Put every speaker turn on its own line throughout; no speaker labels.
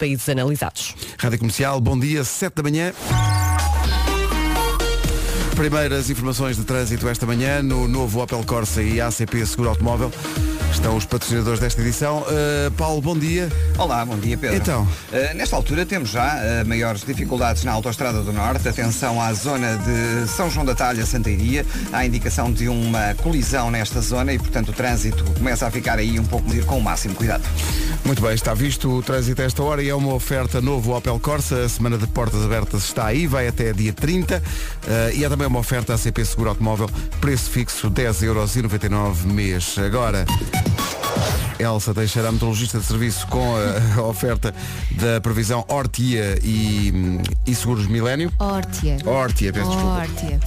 países analisados.
Rádio Comercial, bom dia, 7 da manhã. Primeiras informações de trânsito esta manhã no novo Opel Corsa e ACP Seguro Automóvel. Estão os patrocinadores desta edição. Uh, Paulo, bom dia.
Olá, bom dia Pedro.
Então.
Eh, nesta altura temos já eh, maiores dificuldades na Autostrada do Norte. Atenção à zona de São João da Talha, Santa Iria. Há indicação de uma colisão nesta zona e, portanto, o trânsito começa a ficar aí um pouco ir com o máximo cuidado.
Muito bem, está visto o trânsito a esta hora e é uma oferta novo Opel Corsa. A semana de portas abertas está aí, vai até dia 30. Uh, e há também uma oferta ACP Seguro Automóvel, preço fixo 10,99€ mês. Agora. Elsa Teixeira, a meteorologista de serviço com a oferta da previsão Hortia e, e Seguros Milénio.
Órtia.
Hortia, peço desculpa.
Órtia.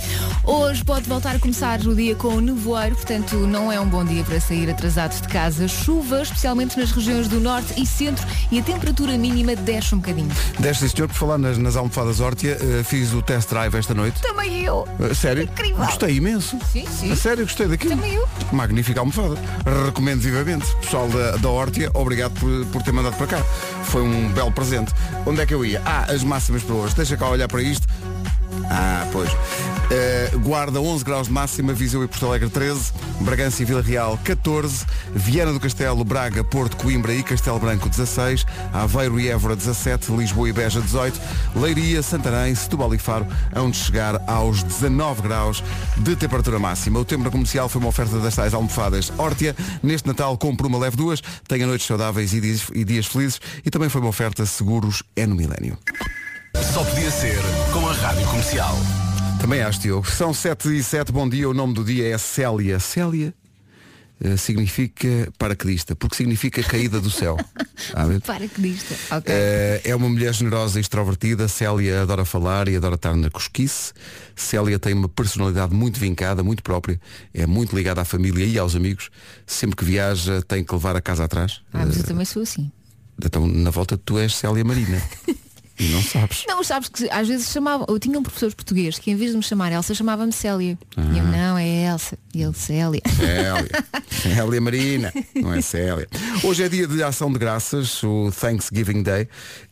Hoje pode voltar a começar o dia com o nevoeiro, portanto não é um bom dia para sair atrasados de casa. Chuva, especialmente nas regiões do norte e centro, e a temperatura mínima desce um bocadinho.
Deste sim, senhor, por falar nas, nas almofadas Hortia, eh, fiz o test drive esta noite.
Também eu.
Eh, sério?
Incrível.
Gostei imenso.
Sim, sim.
A sério, gostei daquilo.
Também eu.
Magnífica almofada. Recomendo vivamente. Pessoal da, da Hortia, obrigado por, por ter mandado para cá. Foi um belo presente. Onde é que eu ia? Ah, as máximas para hoje. Deixa cá olhar para isto. Ah, pois. Eh, Guarda 11 graus de máxima, Viseu e Porto Alegre 13, Bragança e Vila Real 14, Viana do Castelo, Braga, Porto, Coimbra e Castelo Branco 16, Aveiro e Évora 17, Lisboa e Beja 18, Leiria, Santarém, Setúbal e Faro, onde chegar aos 19 graus de temperatura máxima. O tempo na comercial foi uma oferta das tais almofadas Hortia. Neste Natal compre uma leve duas, tenha noites saudáveis e dias, e dias felizes e também foi uma oferta Seguros é no Milénio.
Só podia ser com a Rádio Comercial.
Também acho, Diogo. São 7 e 7, bom dia. O nome do dia é Célia. Célia eh, significa paraquedista, porque significa caída do céu. Está a ver?
Para que dista. Ok.
Eh, É uma mulher generosa e extrovertida. Célia adora falar e adora estar na cosquice. Célia tem uma personalidade muito vincada, muito própria. É muito ligada à família e aos amigos. Sempre que viaja, tem que levar a casa atrás. Eh,
Ah, mas eu também sou assim.
Então, na volta, tu és Célia Marina. e não sabes.
Não, sabes que às vezes chamavam, eu tinha um professor português que em vez de me chamar Elsa chamava-me Célia. E eu,
Ah.
não, é Elsa. E ele, Célia.
Célia. Célia Marina, não é Célia. Hoje é dia de ação de graças, o Thanksgiving Day.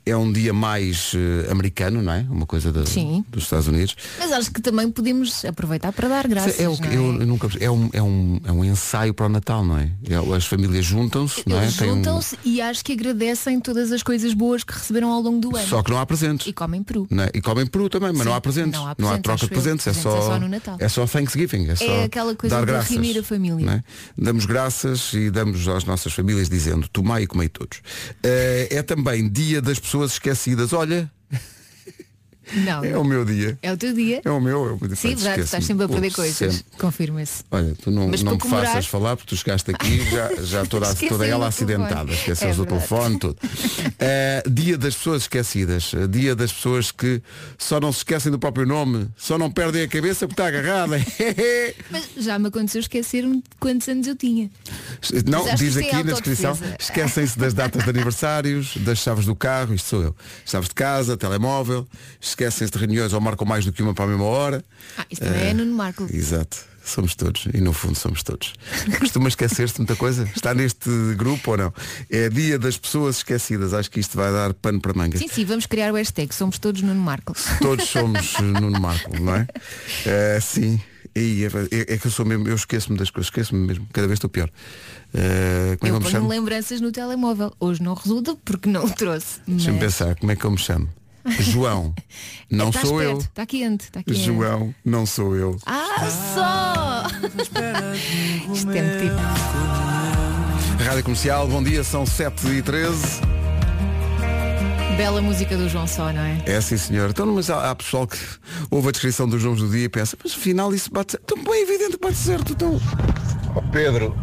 É um dia mais eh, americano, não é? Uma coisa da-
Sim.
dos Estados Unidos.
Mas acho que também podemos aproveitar para dar graças.
é, o que-
não é?
eu, eu nunca, é, um, é, um, é um ensaio para o Natal, não é? É- As famílias juntam-se, não é?
Eles
Tem um-
juntam-se e acho que agradecem todas as coisas boas que receberam ao longo do ano.
Só que não há presentes.
E comem peru.
não é? E comem peru também, mas
Sim,
não há presentes.
não há presentes,
troca
acho
de presentes,
eu.
é
Presentes
só,
é só no Natal.
é só Thanksgiving. É, só
aquela coisa
dar
de
graças,
reunir a família.
não é? Damos graças e damos às nossas famílias dizendo tomai e comei todos. Eh, é também dia das pessoas esquecidas. Olha,
Não.
é o meu dia.
É o teu dia.
É o meu. É o meu
Sim, verdade,
Pá, esquece-me.
estás sempre a perder
Putz,
coisas.
sempre.
Confirma-se.
Olha, tu não,
Mas
não me
para comemorar-
faças falar porque tu chegaste aqui já, já toda,
Esqueceu
toda ela
do telefone.
acidentada, esqueceu
É
do
verdade.
telefone, tudo. Eh, dia das pessoas esquecidas, eh, dia das pessoas que só não se esquecem do próprio nome, só não perdem a cabeça porque está agarrada.
Mas já me aconteceu esquecer-me de quantos anos eu tinha.
Não,
Mas acho
diz
que isso é
aqui na descrição,
autodefesa.
esquecem-se das datas de aniversários, das chaves do carro, isto sou eu, chaves de casa, telemóvel, esquecem-se de reuniões ou marcam mais do que uma para a mesma hora.
Ah, isso também
Eh,
é Nuno Marco.
Exato. Somos todos, e no fundo somos todos. Costuma esquecer-se muita coisa? Está neste grupo ou não? É dia das pessoas esquecidas. Acho que isto vai dar pano para manga.
Sim, sim, vamos criar o hashtag. Somos todos Nuno Marco.
Todos somos eh, Nuno Marco, não é? Eh, sim. E é, é- é que eu sou mesmo, eu esqueço-me das coisas, esqueço-me mesmo, cada vez estou pior. Eh, como é que eu
Eu
me
ponho
chamo?
lembranças no telemóvel. Hoje não resulta porque não o trouxe.
Deixa-me
mas-
pensar, como é que eu me chamo? João, não
Está
sou
esperto, Está quente, está
eu.
quente.
João, não sou eu.
Ah, só! Isto é muito tipo.
Rádio Comercial, bom dia, são 7 e 13
Bela música do João Só, não é?
É sim senhor. Então, mas há, há pessoal que ouve a descrição dos nomes do dia e pensa, mas afinal isso bate certo. Então bem evidente que bate certo. Então.
Ó Pedro,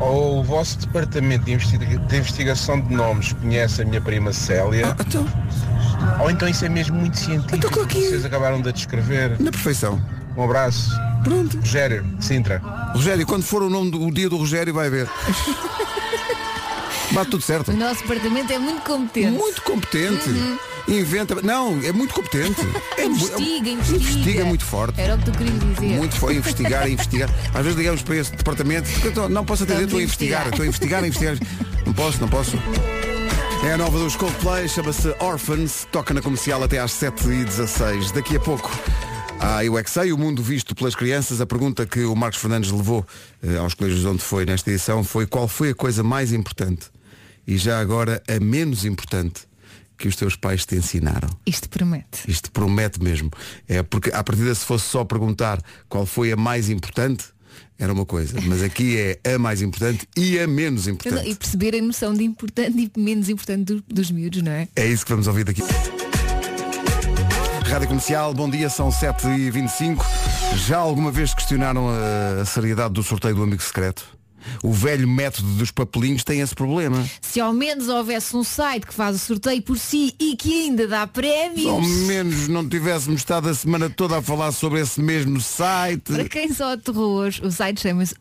ó, o vosso departamento de, investiga- de investigação de nomes conhece a minha prima Célia?
então,
Ou então isso é mesmo muito científico
Então,
que
aqui-
vocês acabaram de descrever?
na perfeição.
Um abraço.
Pronto.
Rogério, Sintra.
Rogério, quando for o nome do o dia do Rogério vai ver. bate tudo certo.
O nosso departamento é muito competente.
Muito competente. Inventa. Não, é muito competente. É mu-
Uhum. Investiga,
é-
investiga.
Investiga muito forte.
Era o que tu querias dizer.
Muito foi investigar, investigar. Às vezes ligamos para esse departamento, porque eu tô- não posso atender,
Estamos
estou a
a
investigar,
investigar.
estou a investigar, a investigar. Não posso, não posso. É a nova dos Coldplay, chama-se Orphans, toca na comercial até às 7h16. Daqui a pouco, a Eu é que Sei, o mundo visto pelas crianças. A pergunta que o Marcos Fernandes levou eh, aos colégios onde foi nesta edição foi qual foi a coisa mais importante e já agora a menos importante que os teus pais te ensinaram.
Isto promete.
Isto promete mesmo. É porque à partida se fosse só perguntar qual foi a mais importante, era uma coisa. Mas aqui é a mais importante e a menos importante.
E perceber a noção de importante e menos importante do- dos miúdos, não é?
É isso que vamos ouvir daqui. Rádio Comercial, bom dia, são 7h25. Já alguma vez questionaram a seriedade do sorteio do Amigo Secreto? O velho método dos papelinhos tem esse problema.
Se ao menos houvesse um site que faz o sorteio por si e que ainda dá prémios.
Se ao menos não tivéssemos estado a semana toda a falar sobre esse mesmo
Para
site.
quem só aterrou hoje, o site chama-se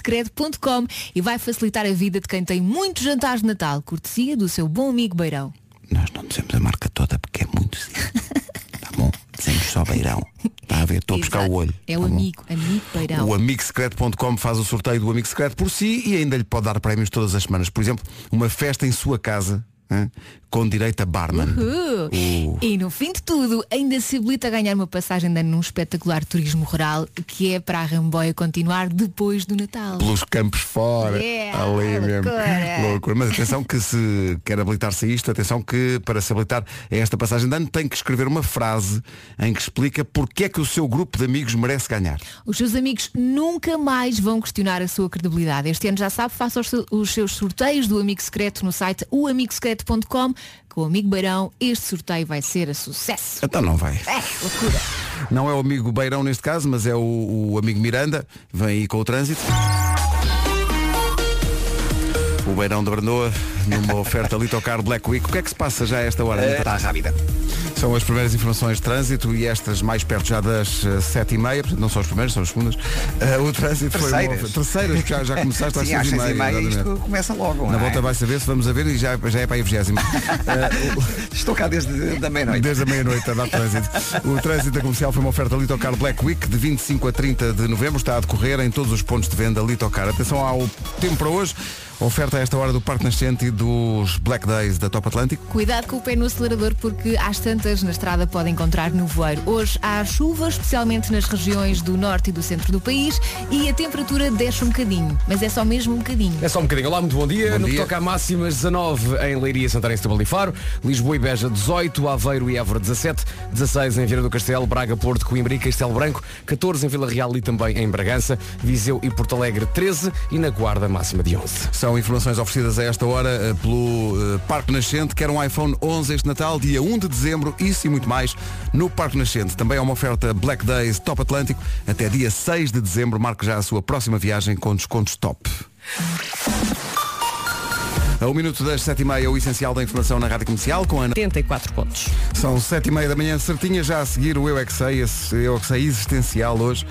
oamigosecreto.com e vai facilitar a vida de quem tem muitos jantares de Natal, cortesia do seu bom amigo Beirão.
Nós não dizemos a marca toda porque é muito. Está bom? Dizemos só beirão. Está a ver? Estou
Exato. É o amigo, amigo Beirão.
Tá O amigosecreto.com faz o sorteio do Amigo Secreto por si e ainda lhe pode dar prémios todas as semanas. Por exemplo, uma festa em sua casa hã, com direito a barman.
Uh. E no fim de tudo, ainda se habilita a ganhar uma passagem de ano num espetacular turismo rural que é para a Ramboia continuar depois do Natal.
Pelos campos fora.
Yeah,
ali mesmo.
loucura.
Loucura. Mas atenção que se quer habilitar-se a isto, atenção que para se habilitar a esta passagem de ano tem que escrever uma frase em que explica porque é que o seu grupo de amigos merece ganhar.
Os seus amigos nunca mais vão questionar a sua credibilidade. Este ano já sabe, faça os, seu- os seus sorteios do Amigo Secreto no site oamigosecreto.com. Com o Amigo Beirão, este sorteio vai ser a sucesso.
Então não vai.
É, loucura.
Não é o amigo Beirão neste caso, mas é o, o amigo Miranda. Vem aí com o trânsito. O Beirão de Brandoa, numa oferta Litocar Black Week. O que é que se passa já a esta hora?
Eh, Está rápida. É.
São as primeiras informações de trânsito e estas mais perto já das eh, sete e meia, portanto, não são as primeiras, são as segundas. Eh, o trânsito foi uma
Terceiras.
oferta- terceiras, porque já, já começaste às
Sim,
seis
às
e
seis
meia.
e meia
exatamente.
isto começa logo.
Na
não é?
volta vai saber se vamos a ver e já, já é para aí a vigésima.
Estou cá desde eh, da meia-noite.
Desde a meia-noite a dar trânsito. O trânsito da comercial foi uma oferta Litocar Black Week de 25 a 30 de novembro. Está a decorrer em todos os pontos de venda Litocar. Atenção ao tempo para hoje. Oferta a esta hora do Parque Nascente e dos Black Days da Top Atlântico.
Cuidado com o pé no acelerador porque às tantas na estrada pode encontrar nevoeiro. Hoje há chuva, especialmente nas regiões do norte e do centro do país, e a temperatura desce um bocadinho, mas é só mesmo um bocadinho.
É só um bocadinho. Olá, muito bom dia.
Bom
no
dia.
que toca a máximas, 19 em Leiria, Santarém, Setúbal e Faro. Lisboa e Beja, 18. Aveiro e Évora, 17. 16 em Vieira do Castelo, Braga, Porto, Coimbra e Castelo Branco. 14 em Vila Real e também em Bragança. Viseu e Porto Alegre, 13. E na Guarda, máxima de 11.
São informações oferecidas a esta hora eh, pelo eh, Parque Nascente. Quer um iPhone 11 este Natal, dia 1 de dezembro. Isso e muito mais no Parque Nascente. Também é uma oferta Black Days Top Atlântico. Até dia 6 de dezembro. Marque já a sua próxima viagem com descontos top. A um minuto das sete e meia, o essencial da informação na Rádio Comercial com a Ana.
84 pontos.
São sete e meia da manhã certinha, já a seguir o Eu É Que Sei, esse Eu É Que Sei existencial hoje,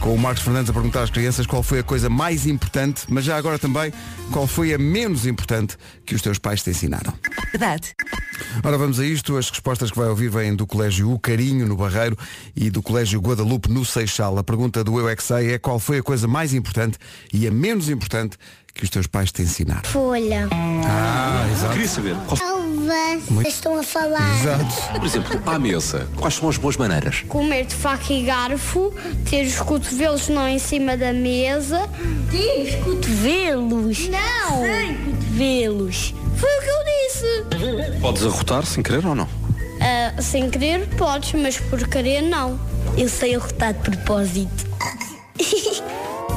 com o Marcos Fernandes a perguntar às crianças qual foi a coisa mais importante, mas já agora também qual foi a menos importante que os teus pais te ensinaram.
É Verdade.
Ora, vamos a isto. As respostas que vai ouvir vêm do Colégio O Carinho, no Barreiro, e do Colégio Guadalupe, no Seixal. A pergunta do Eu É Que Sei é qual foi a coisa mais importante e a menos importante que os teus pais te ensinaram.
Folha.
Ah, exato.
Queria saber,
Alvas. Estão a falar.
Exato.
por exemplo, à mesa, quais são as boas maneiras?
Comer de faca e garfo, ter os cotovelos não em cima da mesa. Ter os cotovelos? Não! Sem cotovelos. Foi o que eu disse. Ah,
Podes arrotar sem querer ou não?
sem querer podes, mas por querer não. Eu sei arrotar de propósito.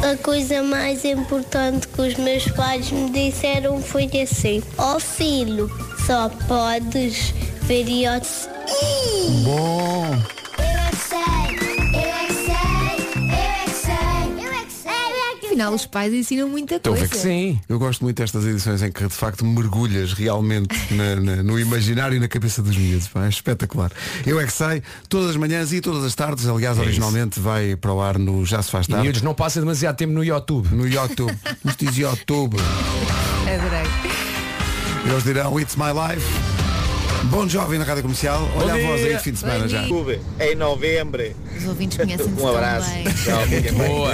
A coisa mais importante que os meus pais me disseram foi assim: Ó filho, só podes ver iogurte.
Bom.
Eu é que sei, eu é que sei, eu é que sei, eu é que sei, eu é que
Afinal, os pais ensinam muita
Estou a
coisa.
ver Então que sim.
Eu gosto muito destas edições em que de facto mergulhas realmente na- na- no imaginário e na cabeça dos miúdos. pá, é espetacular. Eu é que sei, todas as manhãs e todas as tardes, aliás, originalmente vai para o ar no Já se
É
faz
E
tarde.
miúdos, não passa demasiado tempo no YouTube.
No YouTube, nos diz YouTube.
Adorei.
Eles dirão It's My Life. Bom jovem na Rádio Comercial. Olha a voz aí de fim de semana
Bom
já.
dia.
Clube, em novembro.
Os ouvintes conhecem-se
Um abraço.
também.
Tchau, fiquem bem.
Boa.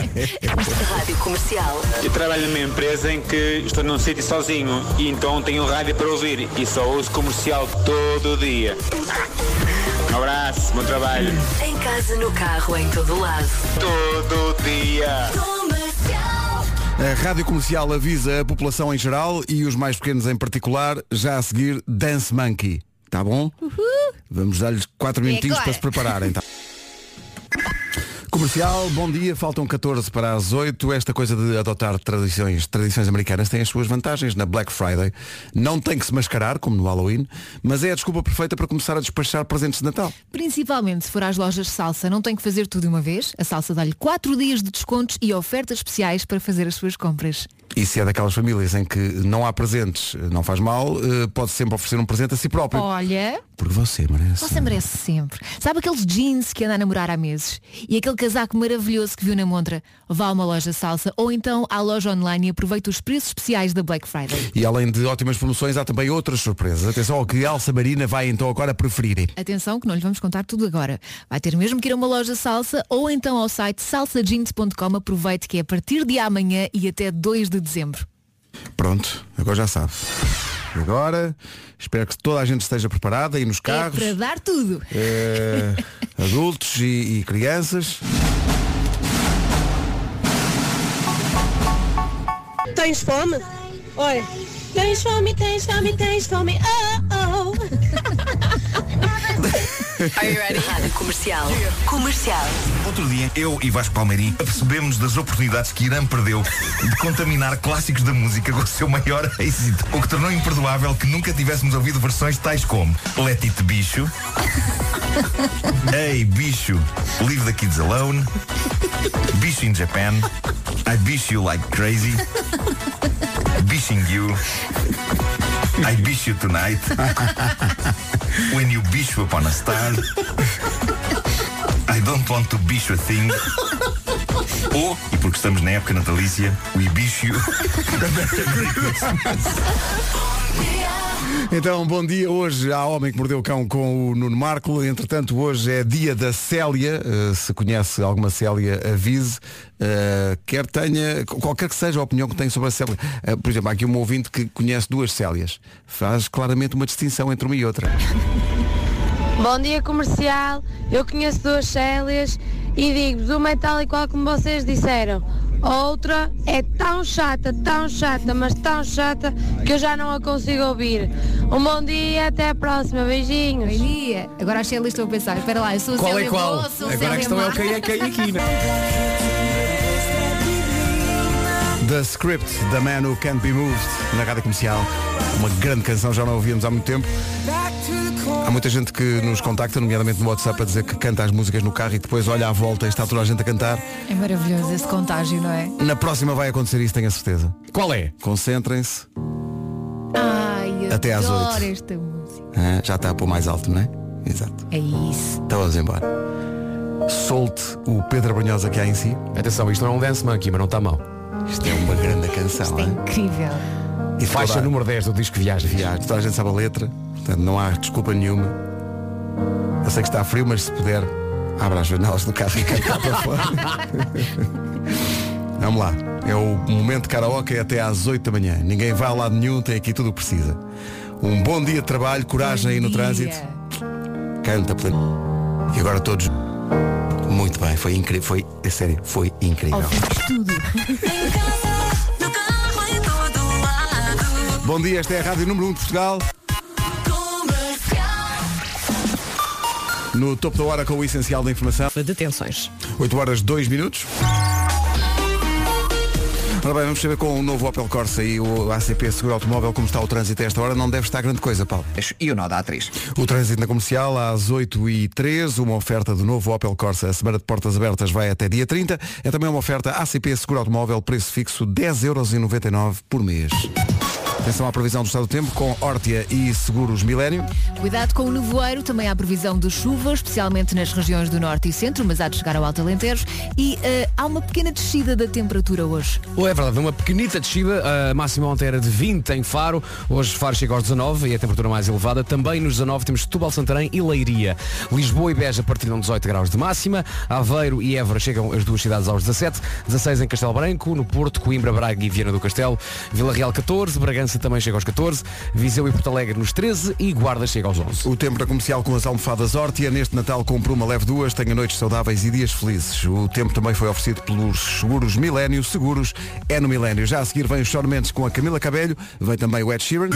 Rádio Comercial.
Eu trabalho numa empresa em que estou num sítio sozinho e então tenho rádio para ouvir e só ouço comercial todo o dia. Um abraço, bom trabalho.
Em casa, no carro, em todo lado.
Todo o dia.
Comercial.
A Rádio Comercial avisa a população em geral e os mais pequenos em particular, já a seguir Dance Monkey. Tá bom? Vamos dar-lhes 4 minutinhos
agora.
para se prepararem. Tá? Comercial, bom dia, faltam 14 para as 8. Esta coisa de adotar tradições, tradições americanas tem as suas vantagens na Black Friday. Não tem que se mascarar, como no Halloween, mas é a desculpa perfeita para começar a despachar presentes de Natal.
Principalmente se for às lojas de salsa, não tem que fazer tudo de uma vez. A salsa dá-lhe 4 dias de descontos e ofertas especiais para fazer as suas compras.
E se é daquelas famílias em que não há presentes, não faz mal, eh, pode sempre oferecer um presente a si próprio.
Olha,
Porque você merece.
Oh. você merece sempre. Sabe aqueles jeans que anda a namorar há meses? E aquele casaco maravilhoso que viu na montra? Vá a uma loja salsa ou então à loja online e aproveite os preços especiais da Black Friday.
E além de ótimas promoções, há também outras surpresas. Atenção ao que a Alça Marina vai então agora preferir.
Atenção que não lhe vamos contar tudo agora. Vai ter mesmo que ir a uma loja salsa ou então ao site salsajeans.com. Aproveite que é a partir de amanhã e até 2 de dezembro.
Pronto, agora já sabe. E Agora, espero que toda a gente esteja preparada e nos carros,
É para dar tudo.
eh, adultos e, e crianças.
Tens fome? Olha. Tens fome, tens fome, tens fome. Oh, oh.
Are you ready? Rádio Comercial. Comercial.
Outro dia, eu e Vasco Palmeirim apercebemos das oportunidades que Irã perdeu de contaminar clássicos da música com o seu maior êxito, o que tornou imperdoável que nunca tivéssemos ouvido versões tais como Let It Bicho, Ei Bicho, Leave the Kids Alone, Bicho in Japan, I Bicho You Like Crazy, Bishing You, I Bicho You Tonight, When You Bicho Upon a Star, I don't want to bicho a thing. Ou, e porque estamos na época natalícia, we bicho you.
Então, bom dia. Hoje há Homem que Mordeu o Cão com o Nuno Marco. Entretanto, hoje é dia da Célia. Eh, se conhece alguma Célia, avise. Eh, quer tenha, qualquer que seja a opinião que tem sobre a Célia. Eh, por exemplo, há aqui um ouvinte que conhece duas Célias. Faz claramente uma distinção entre uma e outra.
Bom dia comercial, eu conheço duas Célias e digo-vos uma é tal e qual como vocês disseram. A outra é tão chata, tão chata, mas tão chata que eu já não a consigo ouvir. Um bom dia, até a próxima, beijinhos.
Bom dia. Agora achei a lista a pensar. Espera lá, eu sou a
Qual
Célia
é qual?
Boa, sou a
Agora a
Célia
questão é
má.
o quem é quem aqui, né?
The Script, The Man Who Can't Be Moved, na rádio comercial. Uma grande canção, já não a ouvíamos há muito tempo. Há muita gente que nos contacta, nomeadamente no WhatsApp, a dizer que canta as músicas no carro e que depois olha à volta e está toda a gente a cantar.
É maravilhoso esse contágio, não é?
Na próxima vai acontecer isso, tenho a certeza.
Qual é?
Concentrem-se.
Ai, eu
Até às
adoro
oito.
esta música.
Ah, já está a pôr mais alto, não é? Exato.
É isso.
Então vamos embora. Solte o Pedro Brunhosa que há em si.
Atenção, isto não é um dance monkey, mas não está mal.
Isto é uma grande canção,
Isto é
hein?
incrível.
E
Faixa
toda a-
número 10 do disco Viagem.
viagem. Toda a gente sabe a letra, portanto não há desculpa nenhuma. Eu sei que está frio, mas se puder, abra as janelas do carro e canta para fora. Vamos lá. É o momento de karaoke até às 8 da manhã. Ninguém vai a lado nenhum, tem aqui tudo o que precisa. Um bom dia de trabalho, coragem aí no
Dia.
trânsito. Canta pleno. E agora todos. Muito bem, foi incrível, foi, é sério, foi incrível.
Ouvimos tudo.
Em casa, no carro, em todo lado.
Bom dia, esta é a Rádio Número 1 de Portugal.
Comercial.
No topo da hora com o essencial da informação.
Detenções.
8 horas 2 minutos. Ora bem, vamos saber com o novo Opel Corsa e o ACP Seguro Automóvel como está o trânsito a esta hora. Não deve estar grande coisa, Paulo.
E o nó da atriz.
O trânsito na comercial às 8 e 3 uma oferta do novo Opel Corsa. A semana de portas abertas vai até dia 30. É também uma oferta ACP Seguro Automóvel, preço fixo 10,99€ por mês. Atenção à previsão do estado do tempo com Hortia e Seguros Milénio.
Cuidado com o nevoeiro, também há previsão de chuva, especialmente nas regiões do norte e centro, mas há de chegar ao Alto Alentejo e eh, há uma pequena descida da temperatura hoje.
Oh, é verdade, uma pequenita descida, a máxima ontem era de 20 em Faro, hoje Faro chega aos 19 e a temperatura mais elevada. Também nos 19 temos Setúbal, Santarém e Leiria. Lisboa e Beja partilham 18 graus de máxima, Aveiro e Évora chegam as duas cidades aos 17, 16 em Castelo Branco, no Porto, Coimbra, Braga e Viana do Castelo, Vila Real 14, Bragança também chega aos 14, Viseu e Porto Alegre nos 13 e Guarda chega aos 11.
O tempo da comercial com as almofadas Hortia. Neste Natal comprou uma leve duas. Tenha noites saudáveis e dias felizes. O tempo também foi oferecido pelos seguros Milénio. Seguros é no Milénio. Já a seguir vem o Shawn Mendes com a Camila Cabelho. Vem também o Ed Sheeran.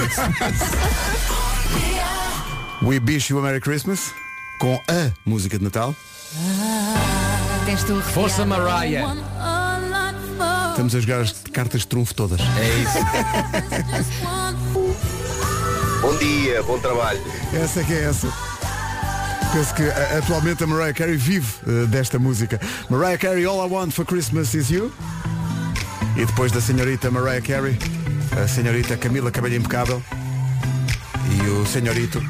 We wish you a Merry Christmas. Com a música de Natal.
Tens tu
Força Mariah!
Estamos a jogar as cartas de trunfo todas.
É isso.
Bom dia, bom trabalho.
Essa é que é essa. Penso que a- atualmente a Mariah Carey vive eh, desta música. Mariah Carey, All I Want for Christmas Is You. E depois da senhorita Mariah Carey, a senhorita Camila Cabelho Impecável e o senhorito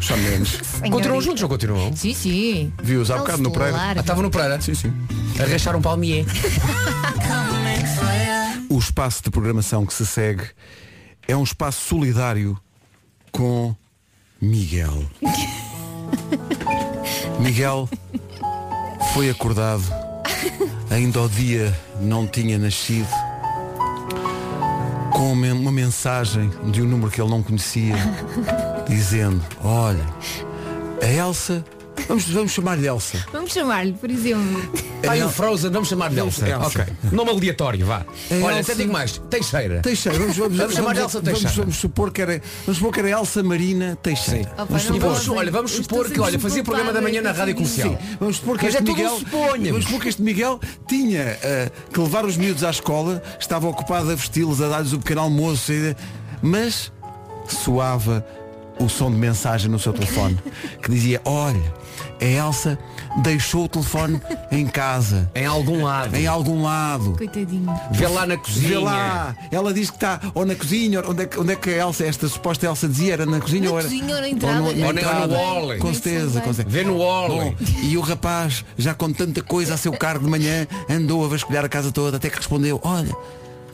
Sean Mendes.
Continuam juntos ou continuam?
Sim, sim.
Viu-os há bocado no Pereira.
Ah, estavam no Pereira?
Sim, sim.
Arracharam palmier.
O espaço de programação que se segue é um espaço solidário com Miguel. Miguel foi acordado, ainda ao dia não tinha nascido, com uma uma mensagem de um número que ele não conhecia, dizendo, olha, a Elsa, vamos, vamos chamar-lhe Elsa.
Vamos chamar-lhe, por exemplo.
Ai, Tá o Frozen, vamos chamar de Elsa.
Elsa.
Ok. Nome aleatório, vá.
É
Olha,
Elsa-
até digo mais. Teixeira.
Teixeira, vamos, vamos,
Vamos chamar de Elsa
vamos-
Teixeira.
vamos supor que era, vamos supor que era Elsa Marina Teixeira.
Opa,
vamos
não
Vamos,
Frozen.
olha, vamos
Eu
supor
estou
que olha,
sempre
fazia programa da manhã na rádio
Ah,
comercial.
Sim, vamos supor que
Mas é
este
tudo um
Miguel,
suponho.
vamos supor que este Miguel tinha eh, que levar os miúdos à escola, estava ocupado a vesti-los, a dar-lhes o pequeno almoço, e- mas soava o som de mensagem no seu telefone que dizia: "Olha, a Elsa deixou o telefone em casa,
Em algum lado.
em algum lado."
Coitadinho.
Vê lá na cozinha.
Vê lá, ela diz que está ou na cozinha, ou onde é, que- onde é que a Elsa, esta suposta Elsa dizia, era na cozinha
Na
ou era.
cozinha ou na entrada.
no-
Ou na- ou no Wally.
Com
Nem sei
certeza,
bem.
com certeza.
Vê no
Bom,
óleo.
e o rapaz, já com tanta coisa a seu cargo de manhã, andou a vasculhar a casa toda até que respondeu, olha,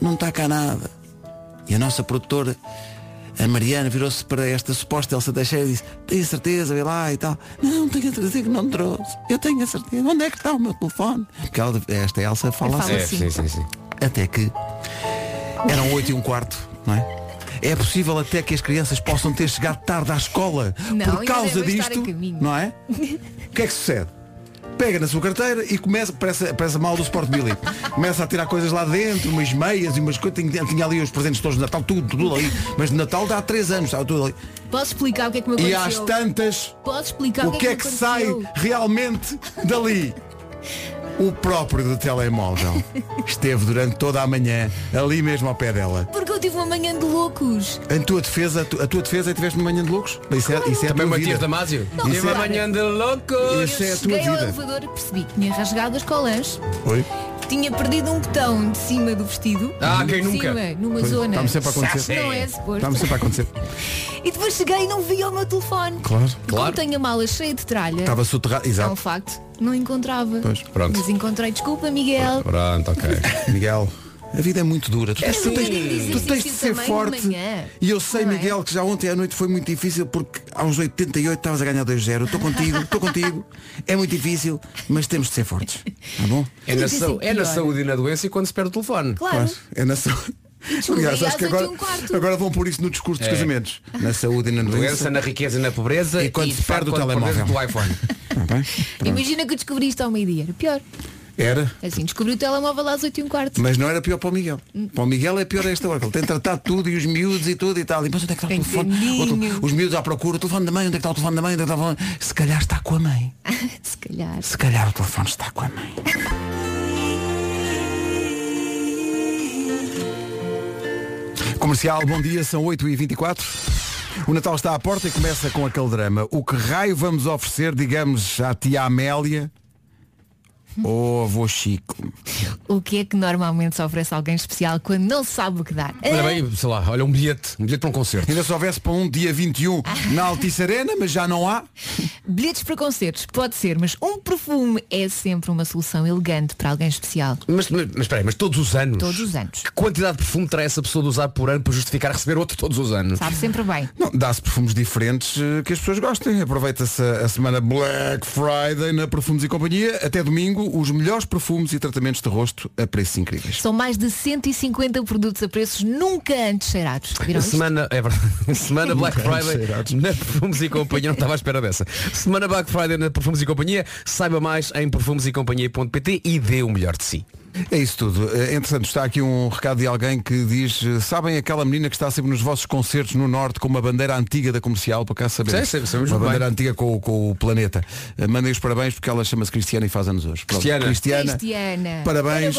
não está cá nada. E a nossa produtora, a Mariana, virou-se para esta suposta Elsa Teixeira e disse, tenho certeza, vê lá e tal. Não, tenho a certeza que não trouxe. Eu tenho a certeza. Onde é que está o meu telefone? Porque ela- esta Elsa fala
Fala
assim.
É,
assim.
sim, sim, sim.
Até que eram 8 e um quarto, não é? É possível até que as crianças possam ter chegado tarde à escola
Não,
por
ainda
causa
devem estar
disto,
a caminho.
não é? O que é que sucede? Pega na sua carteira e começa, parece, parece mal do Sport Billy. Começa a tirar coisas lá dentro, umas meias e umas coisas. Tinha, tinha ali os presentes todos de Natal, tudo, tudo ali. Mas de Natal dá há 3 anos, estava tudo ali.
Posso explicar o que é que me
E
aconteceu?
às tantas,
Posso explicar
o que é que
me
sai
aconteceu?
realmente dali? O próprio do telemóvel esteve durante toda a manhã ali mesmo ao pé dela.
Porque eu tive uma manhã de loucos.
Em tua defesa, tu- a tua defesa é que tiveste uma manhã de loucos? Isso é, isso
Também
é a
o
tua
Matias
vida.
Damásio.
Não,
E uma
claro.
manhã é de loucos.
Isso é a tua
Cheguei ao
vida.
elevador e percebi que tinha rasgado as colãs,
Oi?
tinha perdido um botão de cima do vestido.
Ah, quem
de
nunca?
Cima, numa
Pois,
zona.
está-me sempre a acontecer.
Não é suposto.
Está-me sempre a acontecer.
É. E depois cheguei e não vi o meu telefone.
Claro.
E
Claro.
Como tenho a mala cheia de tralha,
Estava soterrado.
é um
Exato.
facto, não encontrava.
Pois,
pronto.
Mas encontrei, desculpa, Miguel.
Pronto, ok.
Miguel. A vida é muito dura. Tu tens, tu
sim.
tens-
Sim.
tu tens de
Exercício
ser
também de
forte.
manhã.
E eu sei,
Não é?
Miguel, que já ontem à noite foi muito difícil porque aos 88 estavas a ganhar 2-0. Estou contigo, estou contigo. É muito difícil, mas temos de ser fortes. Tá bom?
É na,
Sim, sim,
sau- é na
pior.
saúde e na doença e quando se perde o telefone.
Claro.
É na saúde.
desculpa,
Aliás,
e às
acho que
oito e
agora,
um quarto.
agora vão pôr isso no discurso dos
É.
casamentos. Na saúde e na doença.
Doença na riqueza e na pobreza.
E quando se
de facto,
perde o
quando
telemóvel.
perdes o iPhone.
Tá bem?
Imagina que eu descobri isto ao meio-dia. Era pior.
Era.
Assim, descobri o telemóvel às 8 e um quarto.
Mas não era pior para o Miguel. Para o Miguel é pior a esta hora. que Ele tem tratado tudo e os miúdos e tudo e tal. E, mas onde é que está o
Tem
telefone? O
caninho.
tel- os miúdos à procura, o telefone da mãe, onde é que está o telefone da mãe? Onde é que está o telefone? Se calhar está com a mãe.
Se calhar.
Se calhar o telefone está com a mãe. Comercial, bom dia, são 8h24. O Natal está à porta e começa com aquele drama. O que raio vamos oferecer, digamos, à tia Amélia Oh, avô Chico.
O que é que normalmente se oferece a alguém especial quando não se sabe o que dar?
Olha bem, sei lá, olha um bilhete, um bilhete para um concerto.
Ainda se houvesse para um dia 21 na Altice Arena, mas já não há.
Bilhetes para concertos, pode ser, mas um perfume é sempre uma solução elegante para alguém especial.
Mas, mas, mas espera aí, mas todos os anos?
Todos os anos.
Que quantidade de perfume terá essa pessoa de usar por ano para justificar receber outro todos os anos?
Sabe sempre bem.
Não, dá-se perfumes diferentes eh, que as pessoas gostem. Aproveita-se a a semana Black Friday na Perfumes e Companhia. Até domingo, os melhores perfumes e tratamentos de rosto a preços incríveis.
São mais de 150 produtos a preços nunca antes cheirados. Viram
A
isto?
semana, é verdade, semana Black
Nunca
Friday na Perfumes e Companhia, não estava à espera dessa. Semana Black Friday na Perfumes e Companhia, saiba mais em perfumesecompanhia.pt e dê o melhor de si.
É isso tudo. Eh, Entretanto, está aqui um recado de alguém que diz eh, sabem aquela menina que está sempre nos vossos concertos no Norte com uma bandeira antiga da comercial, para cá saber.
Sim, sim, sabemos
uma
muito
bandeira
bem.
antiga com, o- com o planeta. Eh, Mandem os parabéns porque ela chama-se Cristiana e faz anos hoje. Pronto.
Cristiana.
Cristiana.
Cristiana.
Parabéns.